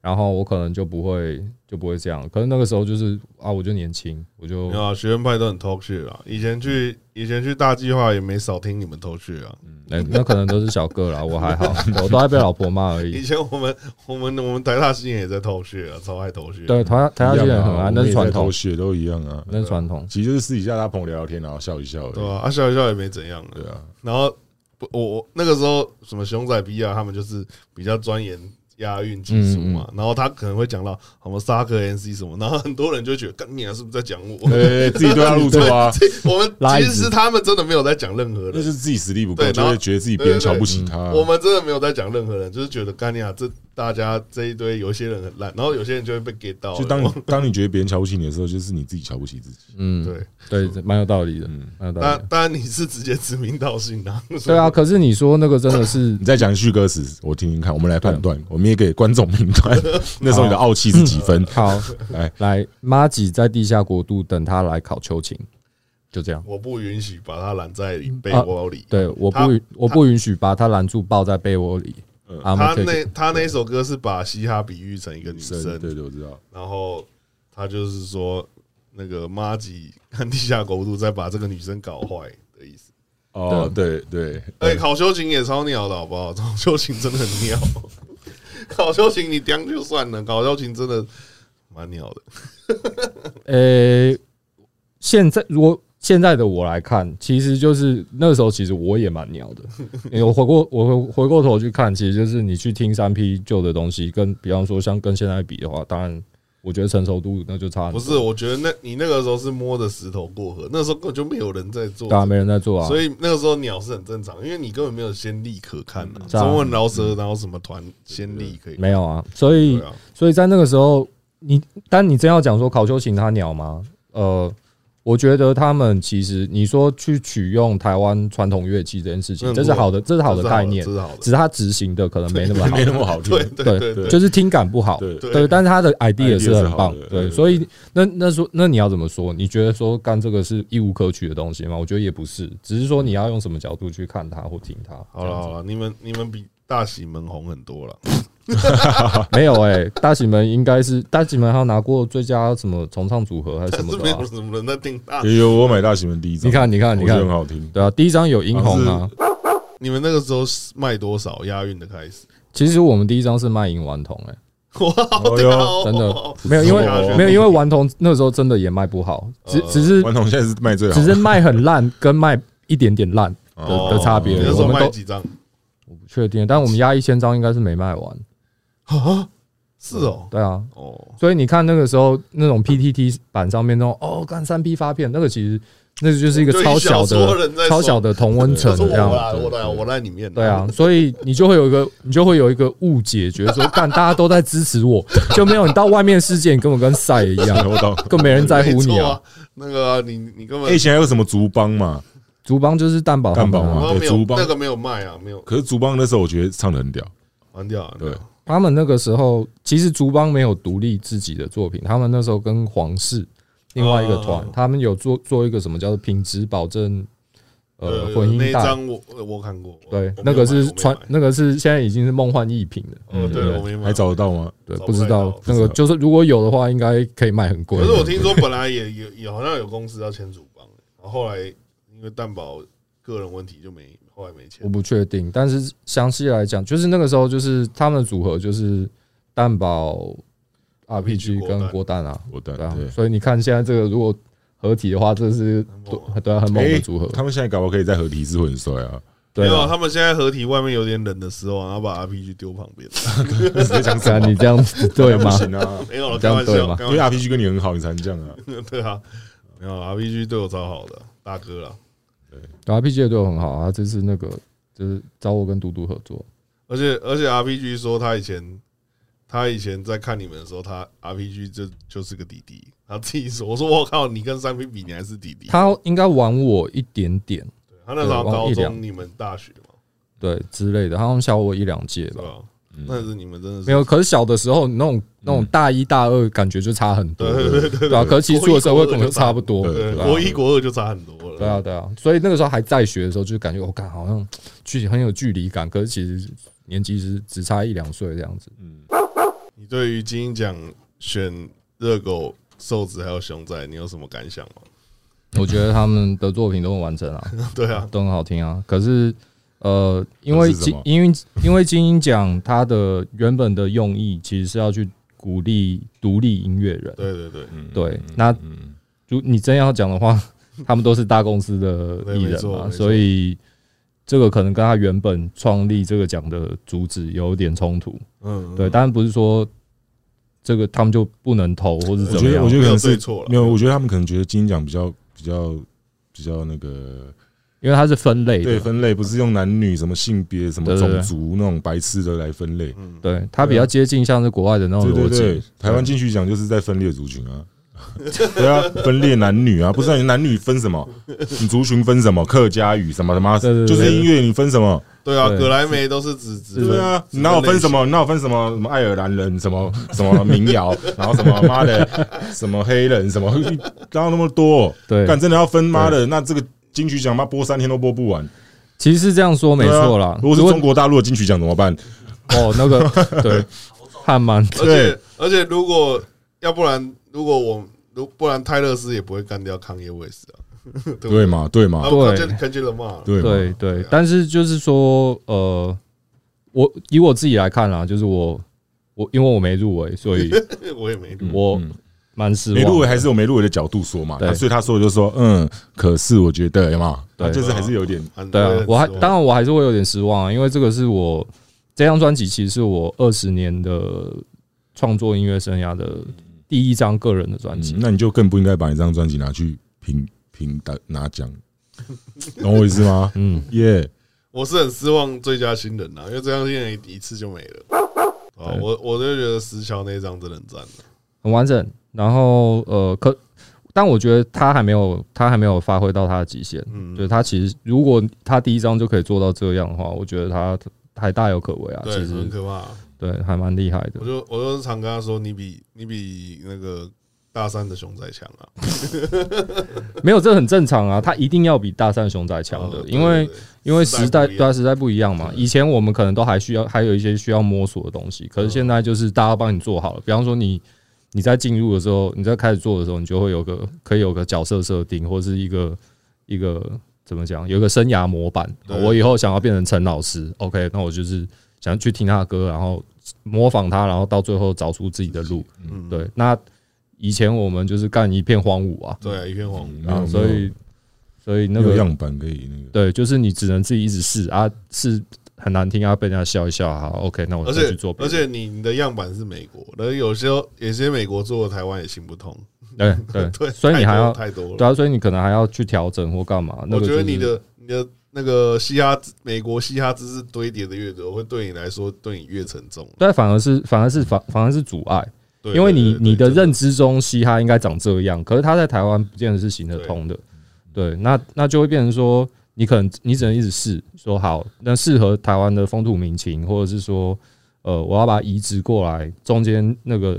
C: 然后我可能就不会就不会这样。可是那个时候就是啊，我就年轻，我就
B: 嗯
A: 没有啊，学院派都很偷学啊。以前去以前去大计划也没少听你们偷学啊。
C: 哎那可能都是小个啦，我 还好，我都爱被老婆骂而
A: 以
C: 已。
A: 前我们我们我们台大新人也在偷学啊，超爱偷学。
C: 对，台下台
B: 一
C: 下
B: 样
C: 新
B: 啊
C: 人很爱，
B: 我
C: 那
B: 们
C: 是
B: 也
C: 传
B: 在
C: 统
B: 偷，学都一样啊，
C: 那是传统。
B: 其实就是私底下大家朋友聊聊天，然后笑一笑而已，
A: 对啊，啊笑一笑也没怎样啊。
B: 对啊，
A: 然后不我我那个时候什么熊仔 B 啊，他们就是比较钻研押韵技术嘛，然后他可能会讲到什么沙克 NC 什么，然后很多人就觉得，干你啊，是不是在讲我？
B: 对，自己对号入座啊，
A: 我们
C: 拉一
A: 其
C: 直
A: 实他们真的没有在讲任何
B: 那就
A: 人，
B: 是自己实力不够，
A: 对
B: 就
A: 然后
B: 会觉得自己别人瞧不起他。啊
A: 我们真的没有在讲任何人，就是觉得干你啊，这大家这一堆有些人很烂，然后有些人就会被 get 到，
B: 就当你当你觉得别人瞧不起你的时候，就是你自己瞧不起自己。
C: 嗯，
A: 对，
C: 对，蛮有道理的，
B: 嗯，
C: 蛮有道
A: 当
C: 理的。
A: 当然你是直接指名道姓的，
C: 对啊，可是你说那个真的是
B: 你再讲一句歌词，我听听看，我们来判断，我们也给观众评 断。那时候你的傲气是几分？ 哎
C: 好，
B: 来
C: 来，妈吉在地下国度等他来考秋瑾，就这样。
A: 我不允许把他揽在被窝里。
C: 对，我
A: 他
C: 不允我不允许把他拦住，抱在被窝里。啊，
A: 他那他那一首歌是把嘻哈比喻成一个女
B: 是
A: 生，
B: 对对，我知道。
A: 然后他就是说那个妈吉看地下国度再把这个女生搞坏的意思。
B: 哦，对对，
A: 哎、考修琴也超鸟的好不好？ 考修琴真的很鸟， 考修琴你刁就算了，考修琴真的蛮鸟的。
C: 呃，现在如果现在的我来看，其实就是那时候，其实我也蛮鸟的。欸我回过我回回过头去看，其实就是你去听三 P 旧的东西，跟比方说像跟现在比的话，当然我觉得成熟度那就差很
A: 不
C: 多，
A: 是，我觉得那你那个时候是摸着石头过河，那时候根本就没有人在做
C: 当然没人在做啊。
A: 所以那个时候鸟是很正常，因为你根本没有先例可看啊。
C: 是啊
A: 中文饶舌，然后什么团先例可以看？
C: 没有啊，所以
A: 对啊，
C: 所以在那个时候，你但你真要讲说考究型他鸟吗？呃，我觉得他们其实你说去取用台湾传统乐器这件事情，
A: 嗯
C: 这是好的，这是好的
A: 这
C: 概念
A: 这，是好的
C: 只。是他执行的可能没那么好
B: 没。那么好听。
A: 对对对对
C: 对，就是听感不好，
B: 对对
C: 对，但是他的 idea
B: idea
C: 是
B: 是
C: 很
B: 好
C: 棒
B: 的，对
C: 对，所以那那说那你要怎么说？你觉得说干这个是一无可取的东西吗？我觉得也不是，只是说你要用什么角度去看它或听它。
A: 好了好了，你们你们比大喜门红很多了。
C: 没有哎、大喜门应该是大喜门，还有拿过最佳什么重唱组合还是什么
A: 这
C: 的
A: 边
C: 啊、
A: 有什么人在听大？啊
B: 也有我买大喜门第一张，
C: 你看，你看，
B: 我
C: 你
B: 觉
C: 看
B: 得很，好听。
C: 对啊，第一张有殷红啊，
A: 你们那个时候是卖多少押韵的开始？
C: 其实我们第一张是卖淫顽童、欸，
A: 哇，好屌 哦
C: 真的没有因为
A: 哦
C: 哎，没有，因为顽童那时候真的也卖不好，只
A: 呃
C: 只是
B: 顽童现在是卖最好
C: 只，是卖很烂跟卖一点点烂
B: 哦
C: 的的差别
A: 你
C: 而已，
A: 那时
C: 我
A: 候
C: 们
A: 卖
C: 都
A: 几张？
C: 我不确定，但我们压一千张应该是没卖完，
A: 啊，是哦，
C: 对啊，
A: 哦，
C: 所以你看那个时候那种 PTT 版上面那种哦，干三 P 发片，那个其实那就是一个
A: 就
C: 超小
A: 一小撮
C: 的
A: 人在说
C: 超小的同温层
A: 就是
C: 这
A: 我
C: 样
A: 啦，我
C: 对
A: 来，我在里面啊。
C: 对 啊，所以你就会有一个，你就会有一个误解，觉得说，干大家都在支持我， 就没有你到外面世界，你根本跟赛一 样，
B: 我懂。
C: 更没人在乎
A: 没
C: 你
A: 错
C: 啊
A: 啊。。那个啊你你根
B: 哎，
A: 本
B: 以前还有什么竹帮嘛？
C: 竹帮就是蛋堡他们
B: 蛋堡
C: 啊，
B: 嘛
A: 我没
B: 对
A: 有
B: 竹棒
A: 那个没有卖啊，没有
B: 可是竹帮那时候我觉得唱的很屌，
A: 完掉啊。
B: 对，
C: 他们那个时候其实竹帮没有独立自己的作品，他们那时候跟皇室另外一个团
A: 哦，
C: 他们有做做一个什么叫做品质保证呃
A: 呃，
C: 混
A: 那
C: 音
A: 一
C: 带，
A: 张我呃我看过，我
C: 对
A: 我没有，
C: 那个
A: 买
C: 是传，那个是现在已经是梦幻逸品了，
A: 我没有买呃，对，我没买
B: 还。找得到吗？
C: 对，
A: 找
C: 嗯不
A: 哦不
C: 知
A: 太
C: 道
A: 到
C: 那个
B: 不
C: 就是如果有的话，应该可以卖很贵
A: 可。是我听说本来也也也好像有公司要签主帮，然后后来因为蛋宝个人问题就没，后来没
C: 我
A: 签。
C: 不确定，但是详细来讲，就是那个时候就是他们的组合就是蛋堡
A: RPG
C: RPG 跟
A: 郭
C: 郭蛋啊，
B: 我的
C: 对啊
B: 对，，
C: 所以你看现在这个如果合体的话，这是
A: 很猛啊
C: 多对啊很猛的组合
B: 哎，他们现在搞不好可以在合体是会很帅 啊！
A: 没
C: 对
A: 有啊，
C: 啊。
A: 他们现在合体外面有点冷的时候，然后把 RPG 丢旁边，
C: 看你这样子 对
B: 不
C: 吗？
B: 行啊，
A: 没有了，
C: 这
A: 开
C: 样
A: 玩
C: 对
A: 笑，
C: 吗
A: 开
B: 因为
A: 玩
B: RPG 跟你很好，你才能这样啊。
A: 笑，对啊，没有啊 RPG 对我超好的，大哥啦。
C: 对 RPG 也对我很好啊，这是那个就是找我跟嘟嘟合作，
A: 而且而且 RPG 说他以前他以前在看你们的时候，他 RPG 就就是个弟弟，他自己说，我说我靠，你跟三 P 比，你还是弟弟。
C: 他应该晚我一点点，
A: 他那时候
C: 对忘
A: 高
C: 一两
A: 中，你们大学嘛，
C: 对之类的，他们小我一两届
A: 对
C: 吧。嗯
A: 吧？那是你们真的是
C: 没有，可是小的时候那种那种大一大二感觉就差很多，
A: 对对对
C: 嗯对啊，可是其实出的社会可能
A: 国一国二就
C: 就差不多，
B: 对
A: 对
C: 对吧
A: 国一国二就差很多了。
C: 对啊，对啊，所以那个时候还在学的时候，就感觉我感好像距离很有距离感，可是其实年纪是只差一两岁这样子。
A: 你对于金鹰奖选热狗、瘦子还有熊仔，你有什么感想吗？
C: 我觉得他们的作品都很完整啊，
A: 对啊，
C: 都很好听啊。可是呃，因为
B: 可是什
C: 金
B: 么
C: 因为因为金鹰奖它的原本的用意其实是要去鼓励独立音乐人，
A: 对对对，
C: 对，那
B: 嗯，
C: 如你真要讲的话， 他们都是大公司的
A: 对
C: 艺
A: 没
C: 人
A: 错
C: 嘛，
A: 没错
C: 所以这个可能跟他原本创立这个奖的主旨有点冲突。
A: 嗯，
C: 对，
A: 嗯，
C: 当然不是说这个他们就不能投或是
B: 我
C: 怎么
B: 觉得
C: 样
B: 我。觉
A: 没
B: 得可
A: 有
B: 能是
A: 对错了，
B: 没有，我觉得他们可能觉得金鹰奖比较比较比较那个
C: 因为它是分类
B: 对
C: 的，
B: 分类，不是用男女什么性别什么
C: 对对
B: 种
C: 对
B: 族那种白痴的来分类。
A: 嗯，
C: 对它比较接近像是国外的那种
B: 啊对
C: 逻
B: 对
C: 辑
B: 对。，台湾金曲奖就是在分裂族群啊， 对啊，分裂男女啊，不是啊你男女分什么？你族群分什么？客家语什么他妈，
C: 对对对
B: 就是音乐你分什么？
A: 对啊，
C: 对
A: 葛莱美都是只只
B: 对啊，你哪有分什么？你哪有分什么？什么爱尔兰人，什么什么民谣， 然后什么妈的，什么黑人，什么哪有那么多？
C: 对
B: 干真的要分妈的，那这个金曲奖妈播三天都播不完，
C: 其实是这样说没错
B: 对啊
C: 啦。
B: 如果是中国大陆的金曲奖怎么办？
C: 哦，那 个对，汉满
A: 而且而且，如果要不然，如果我如不然，泰勒斯也不会干掉康耶卫斯啊，
B: 对嘛，对
C: 啊
B: 嘛，
A: 对肯肯杰勒嘛，
B: 对啊嘛，
C: 对对，但是就是说，呃，我以我自己来看啦，就是我我因为我没入围，所以
A: 我也没录，
B: 嗯
C: 我蛮失
B: 没入
C: 望
B: 围
C: 的。
B: 还是有没入围的角度说嘛，
C: 对
B: 那所以他说的就是说，嗯，可是我觉得有嘛，
C: 对
B: 他就是还是有点，
A: 蛮
C: 对啊，我还当
A: 然
C: 然我还是会有点失望啊，因为这个是我这张专辑，其实是我二十年的创作音乐生涯的第一张个人的专辑
B: 嗯。那你就更不应该把你这张专辑拿去评评打拿 奖，懂我意思吗？
C: 嗯，
B: 耶，
A: 我是很失望最佳新人啊，因为最佳新人一次就没了。啊，
C: 对
A: 我我就觉得石桥那一张真的很赞啊
C: 很完整。然后呃，可但我觉得他还没有他还没有发挥到他的极限。
A: 嗯，
C: 就是他其实如果他第一张就可以做到这样的话，我觉得他还大有可为啊。
A: 对，
C: 其实
A: 很可怕啊。
C: 对，还蛮厉害的
A: 我。就我就常跟他说，你比你比那个大三的熊仔强啊，
C: 嗯 没有，这很正常啊。他一定要比大三熊仔强的
A: 哦，
C: 因
A: 对
C: 为
A: 对对
C: 因为
A: 时
C: 时
A: 代
C: 代
A: 不一样
C: 对啊，时代不一样嘛。以前我们可能都还需要，还有一些需要摸索的东
A: 嗯
C: 西，可是现在就是大家帮你做好了。比方说你你在进入的时候，你在开始做的时候，你就会有个可以有个角色设定，或是一个一个。怎么讲，有一个生涯模板。哦
A: 对
C: 我以后想要变成陈老师，OK，那我就是想去听他的歌，然后模仿他，然后到最后找出自己的路。
A: 嗯，
C: 对，那以前我们就是干一片荒芜啊，
A: 对啊，一片黄，
B: 嗯
C: 啊，所以所以那
B: 没有
C: 个
B: 样板可以那个，
C: 对，就是你只能自己一直试啊，试很难听啊，被人家笑一笑啊。OK，那我
A: 而
C: 再去
A: 且
C: 做别
A: 而
C: 的。
A: 且你你的样板是美国，而有些有些美国做的台湾也行不通，
C: 对对
A: 对，
C: 所以你还要
A: 太多了。
C: 对啊，所以你可能还要去调整或干嘛。那
A: 我
C: 个
A: 觉
C: 就
A: 得
C: 是
A: 你的你的那个嘻哈知，美国嘻哈知识堆叠的越多，会对你来说对你越沉重。
C: 对，反而是反而是反反而是阻碍，
A: 对，
C: 因为
A: 对
C: 你
A: 对对
C: 你的
A: 真
C: 认知中嘻哈应该长这样，可是他在台湾不见得是行得通的。
A: 嗯
C: 对，那那就会变成说，你可能你只能一直试，说好，那适合台湾的风土民情，或者是说，呃，我要把它移植过来，中间那个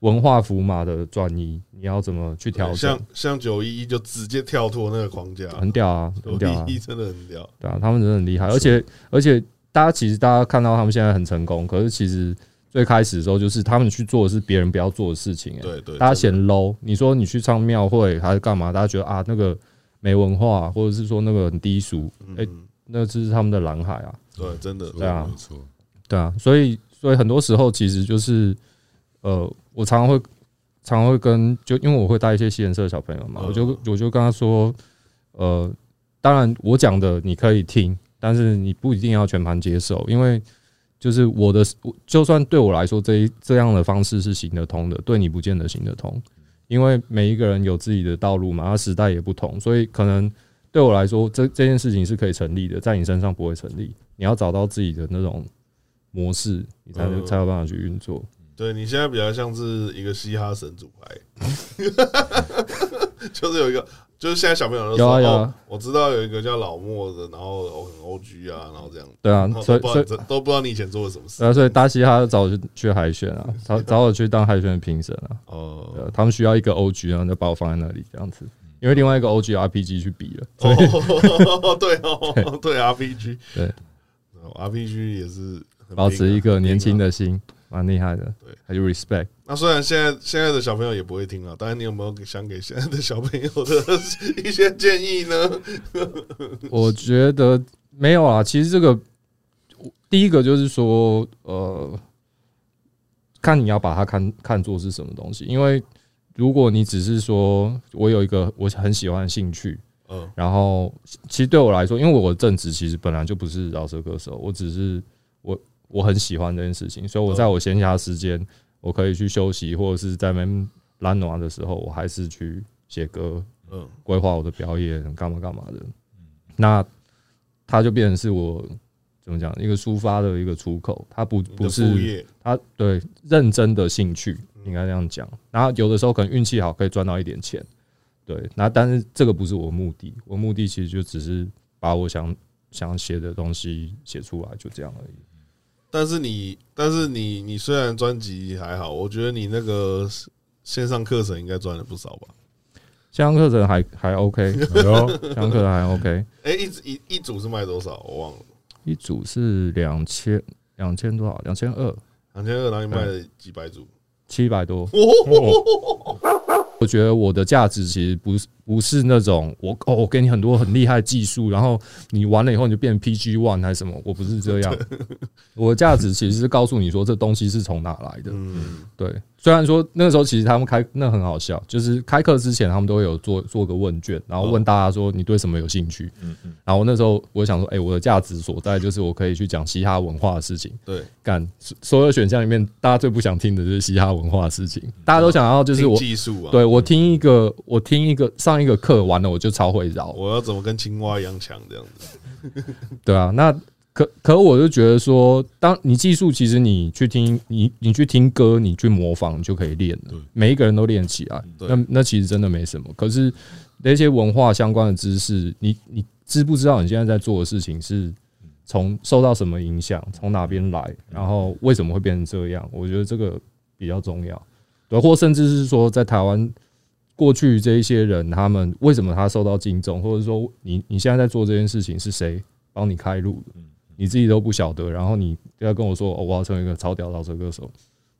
C: 文化符码的转移，你要怎么去调整
A: 像？像九一一就直接跳脱那个框架，
C: 很屌啊，很屌啊
A: 九一！一真的很屌。
C: 对啊，他们真的很厉害，而且而且大家其实大家看到他们现在很成功，可是其实最开始的时候就是他们去做的是别人不要做的事情、欸，
A: 对对，
C: 大家
A: 真的
C: 嫌 low。你说你去唱庙会还是干嘛？大家觉得啊那个没文化，或者是说那个很低俗，
A: 嗯
C: 哎
A: 嗯
C: 那这是他们的蓝海啊，
A: 对，真的
C: 对啊
B: 没错，
C: 对啊，所以所以很多时候其实就是呃，我常常会常常会跟就因为我会带一些西人社的小朋友嘛，
A: 嗯
C: 我就我就跟他说，呃，当然我讲的你可以听，但是你不一定要全盘接受，因为就是我的，我就算对我来说这一这样的方式是行得通的，对你不见得行得通，因为每一个人有自己的道路嘛，他时代也不同，所以可能对我来说这这件事情是可以成立的，在你身上不会成立，你要找到自己的那种模式，你才能、
A: 嗯
C: 才有办法去运作。
A: 对你现在比较像是一个嘻哈神主牌， 就是有一个，就是现在小朋友都
C: 有
A: 说，
C: 啊有
A: 哦
C: 啊，
A: 我知道有一个叫老莫的，然后我很 O G 啊，然后这样，
C: 对啊
A: 然，后
C: 所
A: 都
C: 以
A: 不
C: 所
A: 知
C: 以
A: 道都不知道你以前做了什么事
C: 对啊，所以大嘻哈找我去去海选啊，找
A: 嗯
C: 找我去当海选的评审啊。
A: 哦
C: 对。啊他们需要一个 OG，然后就把我放在那里这样子，
A: 嗯
C: 因为另外一个 OG RPG 去比了。
A: 哦，对哦，对 RPG，
C: 对
A: 哦，RPG 也是很
C: 保持
A: 拼啊
C: 一个年轻。
A: 很拼啊
C: 的心，蛮厉害的
A: 对，
C: 还是 respect。
A: 那虽然现在现在的小朋友也不会听了，啊但是你有没有给想给现在的小朋友的 一些建议呢？嗯
C: 我觉得没有啊，其实这个第一个就是说，呃，看你要把它看看作是什么东西，因为如果你只是说我有一个我很喜欢的兴趣，
A: 嗯，
C: 然后其实对我来说，因为我的正职其实本来就不是呃饶舌歌手，我只是我我很喜欢这件事情，所以我在我闲暇时间，我可以去休息，或者是在那边懒暖的时候，我还是去写歌，
A: 嗯，
C: 规划我的表演，干嘛干嘛的。那它就变成是我怎么讲一个抒发的一个出口，它不
A: 你的
C: 不
A: 副
C: 是
A: 业
C: 它对认真的兴趣，应该这样讲。然后有的时候可能运气好可以赚到一点钱，对。那但是这个不是我的目的，我目的其实就只是把我想想写的东西写出来，就这样而已。
A: 但是你，但是你，你虽然专辑还好，我觉得你那个线上课程应该赚了不少吧？
C: 香港课程还还 OK，
B: 哎呦，
C: 香港课程还 OK，
A: 哎、一一一组是卖多少？我忘了，
C: 一组是两千两千多少？两千二
A: 两千二，然后你卖了几百 组，
C: 七百多。
A: 哦，
C: 我觉得我的价值其实不是不是那种我哦，我给你很多很厉害的技术，然后你完了以后你就变 PG one 还是什么？我不是这样，我的价值其实是告诉你说这东西是从哪来的。
A: 嗯，
C: 对，虽然说那个时候其实他们开那很好笑，就是开课之前他们都会有做做个问卷，然后问大家说你对什么有兴趣。
B: 嗯嗯，
C: 然后那时候我想说，哎，我的价值所在就是我可以去讲嘻哈文化的事情。
A: 对，
C: 干，所所有选项里面，大家最不想听的就是嘻哈文化的事情，大家都想要就是
A: 听
C: 我
A: 技术啊，
C: 对我听一个，我听一个上一个课完了，我就超会绕，
A: 我要怎么跟青蛙一样强这样子？
C: 对啊，那可可我就觉得说，当你技术其实你去听你你去听歌，你去模仿，你就可以练了
B: 对。
C: 嗯每一个人都练起来，
A: 对
C: 那那其实真的没什么。可是那些文化相关的知识，你你知不知道你现在在做的事情是从受到什么影响，从哪边来，然后为什么会变成这样？我觉得这个比较重要。对，或甚至是说，在台湾过去这一些人，他们为什么他受到敬重，或者说你你现在在做这件事情是谁帮你开路的，你自己都不晓得，然后你要跟我说、哦、我要成为一个超屌饶舌歌手，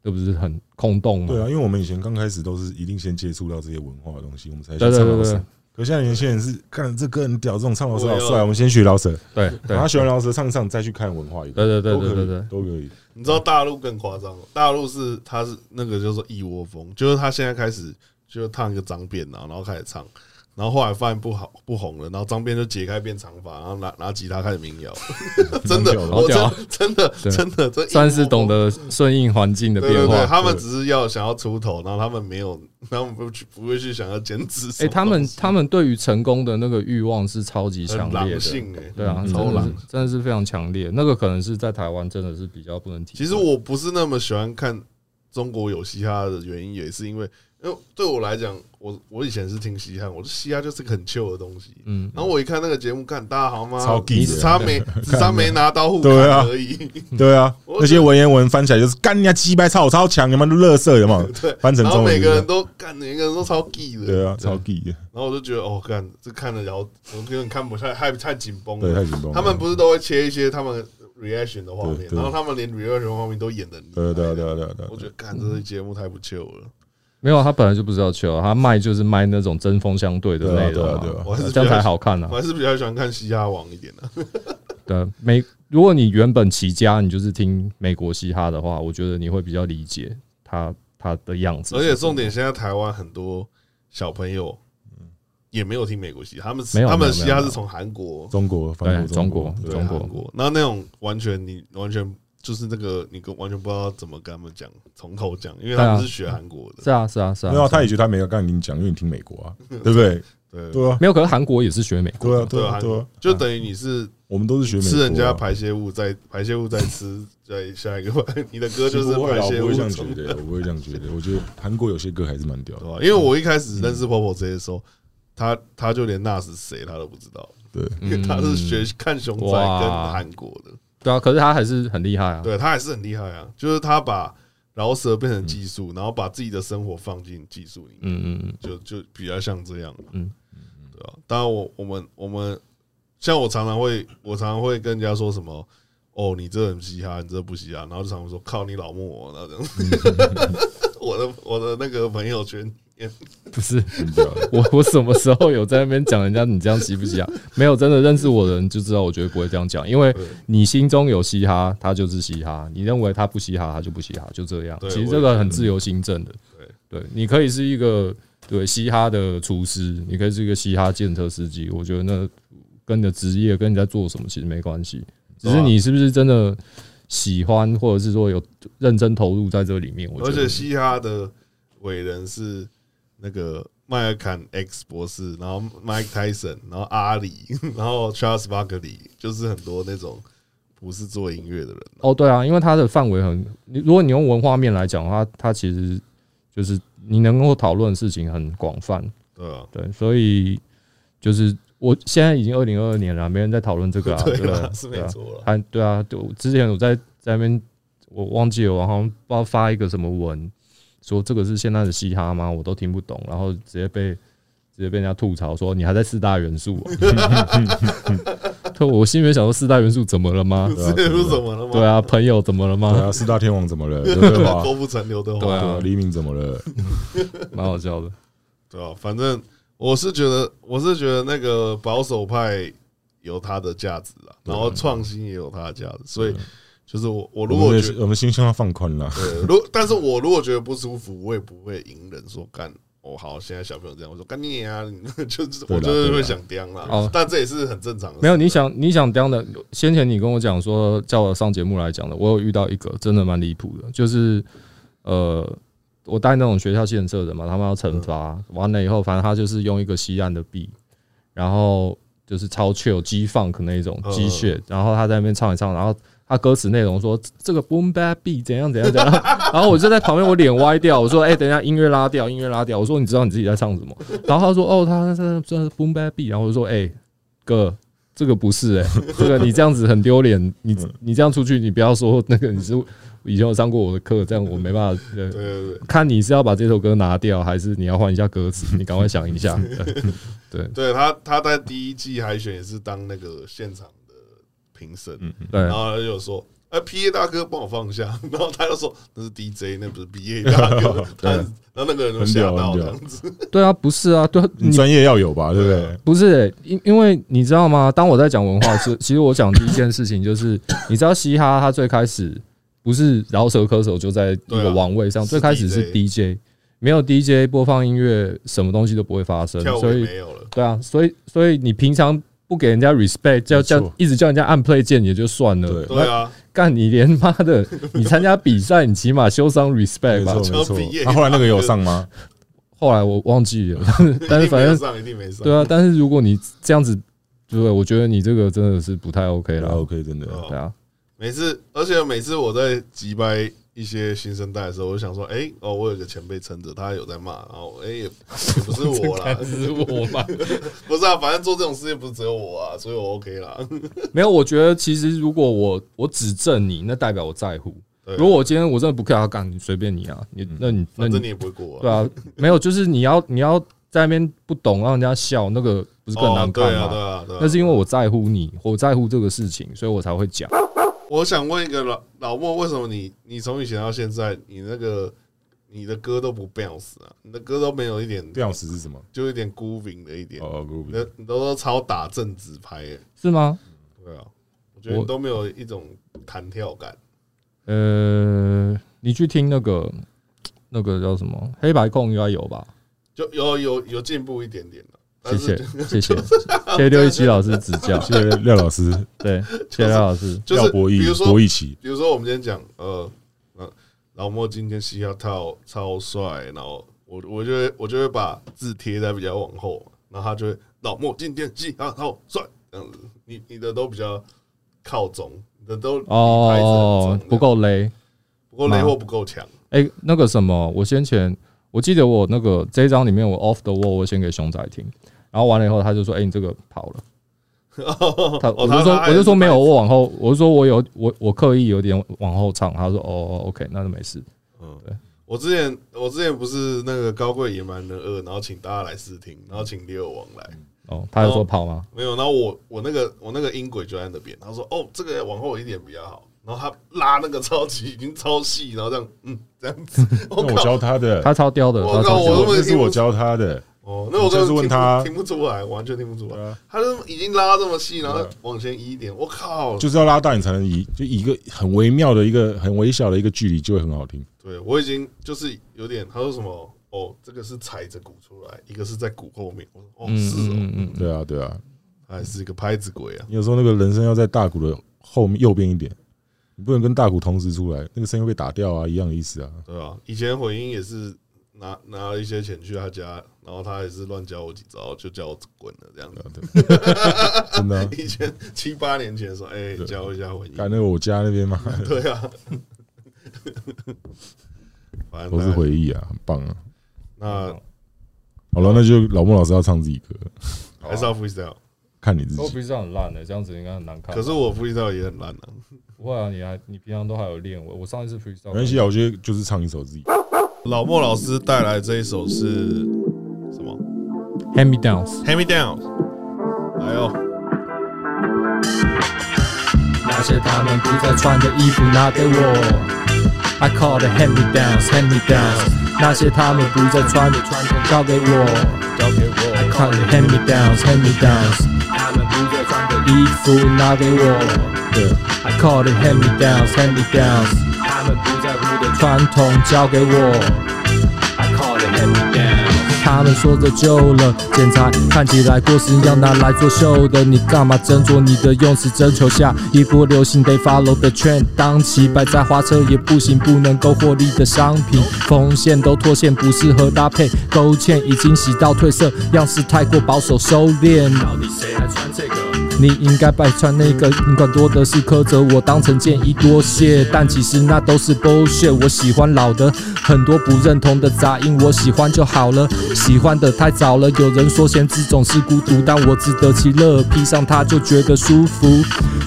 C: 这不是很空洞吗？
B: 对啊，因为我们以前刚开始都是一定先接触到这些文化的东西，我们才去
C: 对对
B: 唱
C: 对
B: 老
C: 对
B: 师
C: 对，
B: 可现在年轻人是看这歌很屌，这种唱老舌
A: 我
B: 好
A: 要
B: 帅，我们先学老舌，
C: 对
B: 然后
C: 对
B: 学完老舌唱唱，再去看文化一段，
C: 对对对
B: 都可以
C: 对对对
B: 都可以。
A: 你知道大陆更夸张哦，大陆是他是那个叫做一窝蜂，就是他现在开始就烫一个脏辫啊，然后开始唱，然后后来发现不好不红了，然后脏辫就解开变长发，然后拿拿吉他开始民 谣，真的，
B: 好
A: 我
C: 屌
A: 真真的
C: 对
A: 真的这
C: 算是懂
A: 得。
C: 得顺应环境的
A: 对
C: 变
A: 对对，
C: 化。
A: 他们只是要想要出头，然后他们没有，他们不去不会去想要减脂什
C: 哎，
A: 么东西。
C: 他们他们对于成功的那个欲望是超级
A: 很
C: 强烈
A: 狼
C: 的。
A: 性哎，
C: 对啊，
B: 嗯
C: 真
A: 超
C: 的
A: 狼
C: 是真的是非常强烈。那个可能是在台湾真的是比较不能体会。
A: 其实我不是那么喜欢看中国有嘻哈的原因，也是因为，因为对我来讲，我我以前是听嘻哈，我嘻哈就是个很旧的东西。
C: 嗯，
A: 然后我一看那个节目，看大家好吗？
B: 超 gay 的
A: 只差没只差没拿刀互砍
B: 对啊
A: 而已。
C: 嗯
B: 对啊，
A: 我
B: 那些文言文翻起来就是干人家鸡掰操，我超强，有没有乐色？有没有？
A: 对，
B: 翻成
A: 然后
B: 中文
A: 每
B: 就是
A: 个人都干，每个人都超 gay 的。
B: 对啊，超 gay 的，
A: 然后我就觉得，哦，干这看了，然后我有点看不太太太紧绷
B: 对，
A: 了。
B: 太紧绷了。
A: 他们不是都会切一些他们 reaction 的画面
B: 对，对
A: 然后他们连 reaction 的画面都演的。
B: 对啊对啊对嗯啊对啊对啊
A: 我觉得干这节目太不旧了。
C: 没有，他本来就不是要求，啊他卖就是卖那种针锋相对的
B: 对啊
C: 内容
B: 对啊对啊
A: 我还是
C: 这样
A: 比较
C: 才好看啊
A: 我。还是比较喜欢看嘻哈王一点的、
C: 对，啊美，如果你原本起家你就是听美国嘻哈的话，我觉得你会比较理解他他的样子。
A: 而且重点，现在台湾很多小朋友也没有听美国嘻哈，他们
C: 没有
A: 他
C: 没
A: 们
C: 有
A: 嘻
C: 没有
A: 哈
C: 没
A: 是
C: 有
A: 从韩国
B: 中国翻
C: 对
B: 过
C: 中
B: 国
C: 国，
A: 对
B: 对
C: 中国
A: 韩国，那那种完全你完全就是那个你跟完全不知道怎么跟他们讲，从头讲，因为他
C: 对
A: 们
C: 啊
A: 是学韩国的，
C: 是啊是啊是啊，
B: 没有啊，
C: 是啊
B: 他也觉得他没有刚才跟你讲，因为你听美 国啊，对不对？
A: 对
B: 对啊，
C: 没有，可是韩国也是学美国，
B: 对啊，对
A: 对
B: 啊，
A: 韩
B: 对
A: 国
B: 啊，
A: 就等于你是
B: 我们都是学美国啊
A: 吃人家排泄物，再排泄物再吃，再下一个 你的歌就是
B: 不会
A: 排
B: 啊啦，我
A: 泄
B: 不
A: 物
B: 会这样
A: 从
B: 觉得，我不会这样觉得。我觉得韩国有些歌还是蛮屌
A: 对
B: 的，
A: 吧？因为我一开始认识 Popo 这些时候，他他就连那是谁他都不知道，
B: 对，
A: 因为他是学看熊仔跟
C: 嗯哇
A: 韩国的，
C: 对啊，可是他还是很厉害啊。
A: 对他还是很厉害啊。就是他把饶舌变成技术，然后把自己的生活放进技术里面，
C: 嗯嗯嗯，
A: 就就比较像这样，
C: 嗯
A: 嗯，对啊。当然，我我们我们像我常常会，我常常会跟人家说什么。哦，你这很嘻哈，你这不嘻哈，然后就常常说靠你老母哦，然后这样子。 我的我的那个朋友圈
C: 不是
B: 很屌的。
C: 我 我什么时候有在那边讲人家你这样嘻不 嘻哈？没有，真的认识我的人就知道，我绝对不会这样讲，因为
A: 对
C: 你心中有嘻哈，他就是嘻哈；你认为他不嘻哈，他就不嘻哈，就这样。
A: 对
C: 其实
A: 我
C: 这
A: 也觉
C: 个
A: 得
C: 很自由行政的，对，你可以是一个对嘻哈的厨师，你可以是一个嘻哈建设司机，我觉得那跟你的职业跟你在做什么其实没关系，只是
A: 对啊
C: 你是不是真的喜欢，或者是说有认真投入在这里面。我觉
A: 而
C: 得
A: 且嘻哈的伟人是那个麦尔坎 X 博士，然后 Mike Tyson，然后阿里， 然后 Charles Barkley，就是很多那种不是做音乐的人。
C: 哦，对啊，因为它的范围很，你如果你用文化面来讲的话，它其实就是你能够讨论的事情很广泛，
A: 对啊，
C: 对，所以就是我现在已经二零二二年了，没人在讨论 这个啊，对不
A: 啦
C: 对？
A: 是
C: 对
A: 没
C: 啊
A: 错了。
C: 还对啊，对我之前我在在那边，我忘记了，我好像不知道发一个什么文，说这个是现在的嘻哈吗？我都听不懂，然后直接被直接被人家吐槽说你还在四大元素、啊。 对，我心里面想说四大元素怎么了吗？
A: 是不是怎么了吗？
C: 对啊，朋友怎么了
B: 对
C: 吗？
B: 啊，四大天王怎 么了？对不对吧？
A: 郭富城、刘德
C: 对
A: 华，
C: 啊
B: 对啊，黎明怎么了？
C: 蛮好笑的。
A: 对啊，反正我是觉得，我是觉得那个保守派有它的价值啊，然后创新也有它的价值，所
C: 啊
A: 以就是我，我如
B: 我
A: 果
B: 们
A: 觉
B: 的我们心胸要放宽啦。
A: 对，呃如但是我如果觉得不舒服，我也不会隐忍说干。哦，好，现在小朋友这样，我说干你啊，你 就是
B: 对啦
A: 我就是
B: 对
A: 会
B: 啦
A: 想刁啦。
C: 哦
A: 但这也是很正常的事。 啊
C: 没有，你想你想当的，先前你跟我讲说叫我上节目来讲的，我有遇到一个真的蛮离谱的，就是呃，我带那种学校建设的嘛，他们要惩罚，完了以后，反正他就是用一个西岸的 B，然后就是超 chill 激 funk 那一种
A: 嗯
C: 鸡血，然后他在那边唱一唱，然后。他歌词内容说这个 boom bap beat 怎样怎样怎 样，然后我就在旁边我脸歪掉，我说哎、等一下音乐拉掉，音乐拉掉，我说你知道你自己在唱什么？然后他说哦他他他这 boom bap beat，然后我就说哎、哥，这个不是哎、 这个你这样子很丢脸，你你这样出去，你不要说那个你是以前有上过我的课，这样我没办法。
A: 对
C: 呃
A: 对对
C: 看你是要把这首歌拿掉，还是你要换一下歌词？你赶快想一下。 对
A: 对，他他在第一季海选也是当那个现场的评审，
B: 嗯
C: 对
A: 然后他就说：“哎、哎，P A 大哥帮我放下， 然后他就说那是 D J，那不是 B A 大哥，他
B: 对
A: 然后那个人就吓到这
B: 很屌
A: 样
B: 很
A: 子，
C: 对啊，不是啊，对啊，
B: 你
C: 你
B: 专业要有吧，对不对？
C: 不是欸、因因为你知道吗？当我在讲文化时，其实 我讲第一件事情就是，你知道嘻哈它最开始不是饶舌歌手就在那
A: 对
C: 个
A: 啊
C: 王位上，
A: 是
C: 最开始是 DJ，没有 DJ 播放音乐，什么东西都不会发生，
A: 跳舞
C: 所
A: 也
C: 以
A: 没有了，
C: 对啊，所以所以你平常。不给人家 respect，叫
B: 没错
C: 叫一直叫人家按 play 键也就算了，
B: 对
A: 对啊，
C: 干你连妈 的，你参加比赛，你起码修伤 respect
B: 没
C: 吧
B: 错。
A: 就
B: 没错
A: 毕业。
B: 那后来那个有上吗？
C: 后来我忘记了， 但是但是反
A: 一定没
C: 正
A: 上一定没上，
C: 对啊，但是如果你这样子，对，我觉得你这个真的是不太 OK
B: 对啊
C: 了。
B: ，OK，真的。
A: 哦
C: 对啊，
A: 每次，而且每次我在击败一些新生代的时候，我就想说，哎、哦，我有个前辈撑着，他有在骂，然后哎、也也不是
C: 啊
A: 我啦，
C: 是我吧？
A: 不是啊，反正做这种事情不是只有我啊，所以我 OK 啦。
C: 没有，我觉得其实如果我我指正你，那代表我在乎。
A: 对啊嗯
C: 如果我今天我真的不 care，他干你随便你啊，你那你那
A: 反正你
C: 你
A: 也不会过、啊，
C: 对啊，没有，就是你要你要在那边不懂让人家笑，那个不是更难看
A: 哦、对啊，对
C: 吗？
A: 啊，对啊。
C: 那是因为我在乎你，我在乎这个事情，所以我才会讲。
A: 我想问一个老老莫，为什么你你从以前到现在，你那个你的歌都不 bounce 啊？你的歌都没有一
C: 啊
A: 点，
B: 吊死是什么？
A: 就一点 grooving 的一点，
B: 哦，不
A: 你
B: 不，
A: 的你都都超打正直拍、欸，
C: 是吗？
A: 对啊，我觉得你
C: 我
A: 都没有一种弹跳感。
C: 呃，你去听那个那个叫什么黑白控应该有吧？
A: 就有有有进步一点点了。但
C: 谢
A: 是
C: 谢谢谢谢谢六一七老师指 教，
B: 谢谢廖老师，
C: 对，谢谢廖老师。
A: 就
B: 廖
A: 是
B: 博
A: 比如
B: 弈，
A: 说
B: 博弈棋，
A: 比如说我们今天讲呃呃老莫今天嘻哈套超帅，然后我我就会我就会把字贴在比较往后嘛，然后他就会老莫今天嘻哈套帅这样子，你你的都比较靠中，你的都离拍子很
C: 哦
A: 重，
C: 不够雷。
A: 不够雷或不够强，
C: 哎、那个什么，我先前我记得我那个这一张里面，我 off the wall，我先给熊仔听，然后完了以后他就说：“哎、你这个跑了。”他
A: 哦
C: 我就说
A: 他他
C: 我就说没有，
A: 他
C: 我往后，我就说我有我我刻意有点往后唱。他说：“哦哦，OK，那就没事。
A: 嗯，我之前我之前不是那个高贵野蛮人二，然后请大家来试听，然后请猎王来。”
C: 哦，他就
A: 哦
C: 说跑吗？
A: 没有，然后我我那个我那个音轨就在那边，他说哦，这个往后一点比较好，然后他拉那个超级已经超细，然后这样嗯这样子，我
B: 那我
A: 靠，
B: 教他的，
C: 他超刁的，
A: 我靠
C: 他超
A: 我
C: 刁的
A: 都没
B: 这是我教他的，
A: 哦，那我根
B: 你下次
A: 本
B: 问
A: 听
B: 他
A: 不听不出来，完全听不出
B: 对
A: 来，
B: 啊
A: 他就已经拉这么细，然后
B: 对啊
A: 往前移一点，我靠，
B: 就是要拉大你才能移，就一个很微妙的一个很微小的一个距离就会很好听。
A: 对我已经就是有点，他说什么哦，这个是踩着鼓出来，一个是在鼓后面，我说哦
C: 嗯
A: 是哦，
C: 嗯嗯嗯，
B: 对啊，对啊，
A: 还是一个拍子鬼啊，
B: 你有时候那个人声要在大鼓的后面右边一点，你不能跟大鼓同时出来，那个声音会被打掉啊，一样的意思啊。
A: 对啊，以前混音也是。拿拿了一些钱去他家，然后他也是乱教我几招，就叫我滚了这样子
B: 对。啊对啊真的啊，
A: 以前七八年前说，哎、
B: 对
A: 教一下混音，
B: 干那个我家 那边嘛，
A: 对啊，反
B: 都是
A: 正
B: 回忆啊，很棒啊。
A: 那
B: 好了，那就老莫老师要唱自己歌，
C: 啊
A: 那还是要 freestyle，
B: 看你自
C: 我
B: 己。
C: 鼻子很烂的、欸这样子应该很难看。
A: 可是我 freestyle 也很烂啊。
C: 不会啊，你还你平常都还有练我，我上一次 freestyle
B: 没关系啊，我觉得就是唱一首自己。
A: 老莫老师带来这一首是什么
C: hand me downs。
A: ？Hand me down，来哦，
C: 那些他们不再穿的衣服拿给我。I call the hand me downs, hand me downs。那些他们不再穿的传统交给我，
A: 交给我。
C: I call the hand me downs, hand me downs。他们不再穿的衣服拿给我
B: 对，
C: ，I call the hand me downs, hand me downs。他们不在乎的传统交给我。I call it hand me down 他们说这旧了，剪裁看起来过时，要拿来做秀的，你干嘛斟酌你的用词？征求下一波流行得 follow 的券，当其摆在花车也不行，不能够获利的商品，缝线都脱线，不适合搭配，勾芡已经洗到褪色，样式太过保守收敛。到底谁还穿这个？你应该拜穿那个，你管多的是苛责我当成见一多谢，但其实那都是 bullshit。我喜欢老的，很多不认同的杂音，我喜欢就好了。喜欢的太早了，有人说闲置总是孤独，但我自得其乐，披上它就觉得舒服，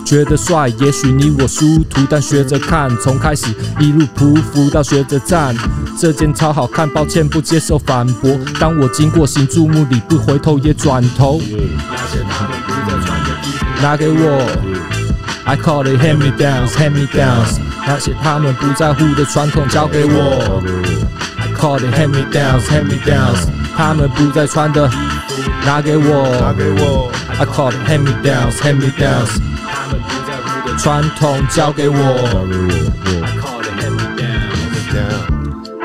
C: 觉得帅。也许你我殊途，但学着看，从开始一路匍匐到学着站。这件超好看，抱歉不接受反驳。当我经过行注目礼，不回头也转头。
B: 耶
C: 拿给我 I call it hand me downs, hand me downs，那些他们不在乎的传统交给我。I call it hand me downs, hand me downs，他们不再穿的拿给
A: 拿
C: 我。
A: 给我，
C: I call it hand me downs, hand me downs，他们不在乎的传统交给我。I call it hand me downs。
A: 这样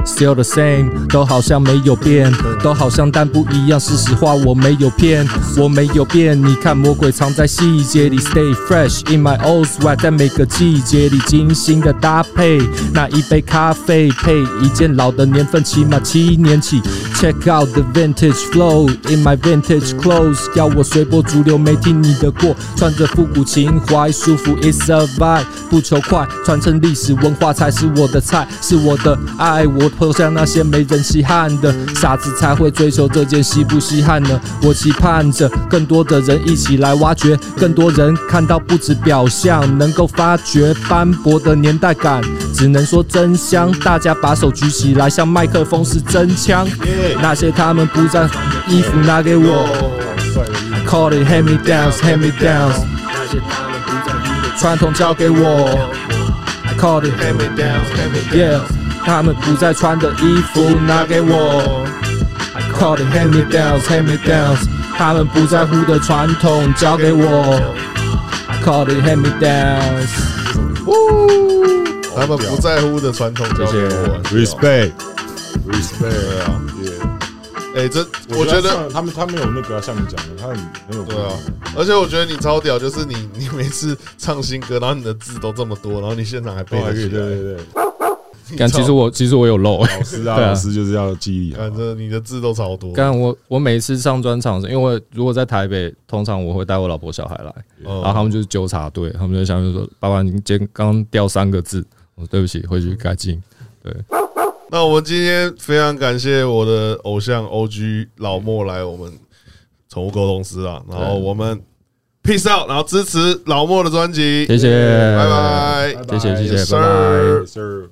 C: Still the same，都好像没有变，都好像但不一样。是实话，我没有骗，我没有变。你看，魔鬼藏在细节里，Stay fresh in my old sweat，在每个季节里精心的搭配。那一杯咖啡配一件老的年份，起码七年起。Check out the vintage flow in my vintage clothes，要我随波逐流，没听你的过，穿着复古情怀，舒服 is a vibe，不求快，传承历史文化才是我的菜，是我的爱。我抛下那些没人稀罕的，傻子才会追求这件稀不稀罕呢。我期盼着更多的人一起来挖掘，更多人看到不止表象，能够发掘斑驳的年代感。只能说真香，大家把手举起来，像麦克风是真枪。那些他们不在衣服拿给我。I call it hand me downs, hand me downs。传统交给我。I call it hand me downs, hand me downs。他们不再穿的衣服拿给我。I call it hand me downs, hand me downs。他们不在乎的传统交给我。I call it hand me downs。
A: 他们不在乎的传统交
B: 谢
A: 给
B: 谢
A: 我
B: ，respect。
A: respect 啊，哎，这我
B: 我
A: 觉
B: 觉
A: 得
B: 得他们他没有那个像你讲的，他很很有
A: 对啊，而且我觉得你超屌，就是你你每次唱新歌，然后你的字都这么多，然后你现场还背
B: 对
A: 得
B: 对
A: 起来，
B: 对对，
D: 但其实我其实我有漏，
B: 老师啊
D: 对啊
B: 老师就是要记忆啊，
A: 反正你的字都超多，
D: 刚我我每一次上专场的时候，因为我如果在台北，通常我会带我老婆小孩来，然后
A: 嗯，
D: 他们就是纠察队，他们就想就说：“爸爸，你今天刚掉三个字，我说对不起，回去改进。
A: 那我们今天非常感谢我的偶像 OG 老莫来我们宠物沟通师啊，然后我们 peace out，然后支持老莫的专”辑，
D: 谢谢，
A: 拜
D: 谢
A: 拜，
D: 谢，谢谢，
A: Yes,
D: 拜拜。
A: sir
B: 是。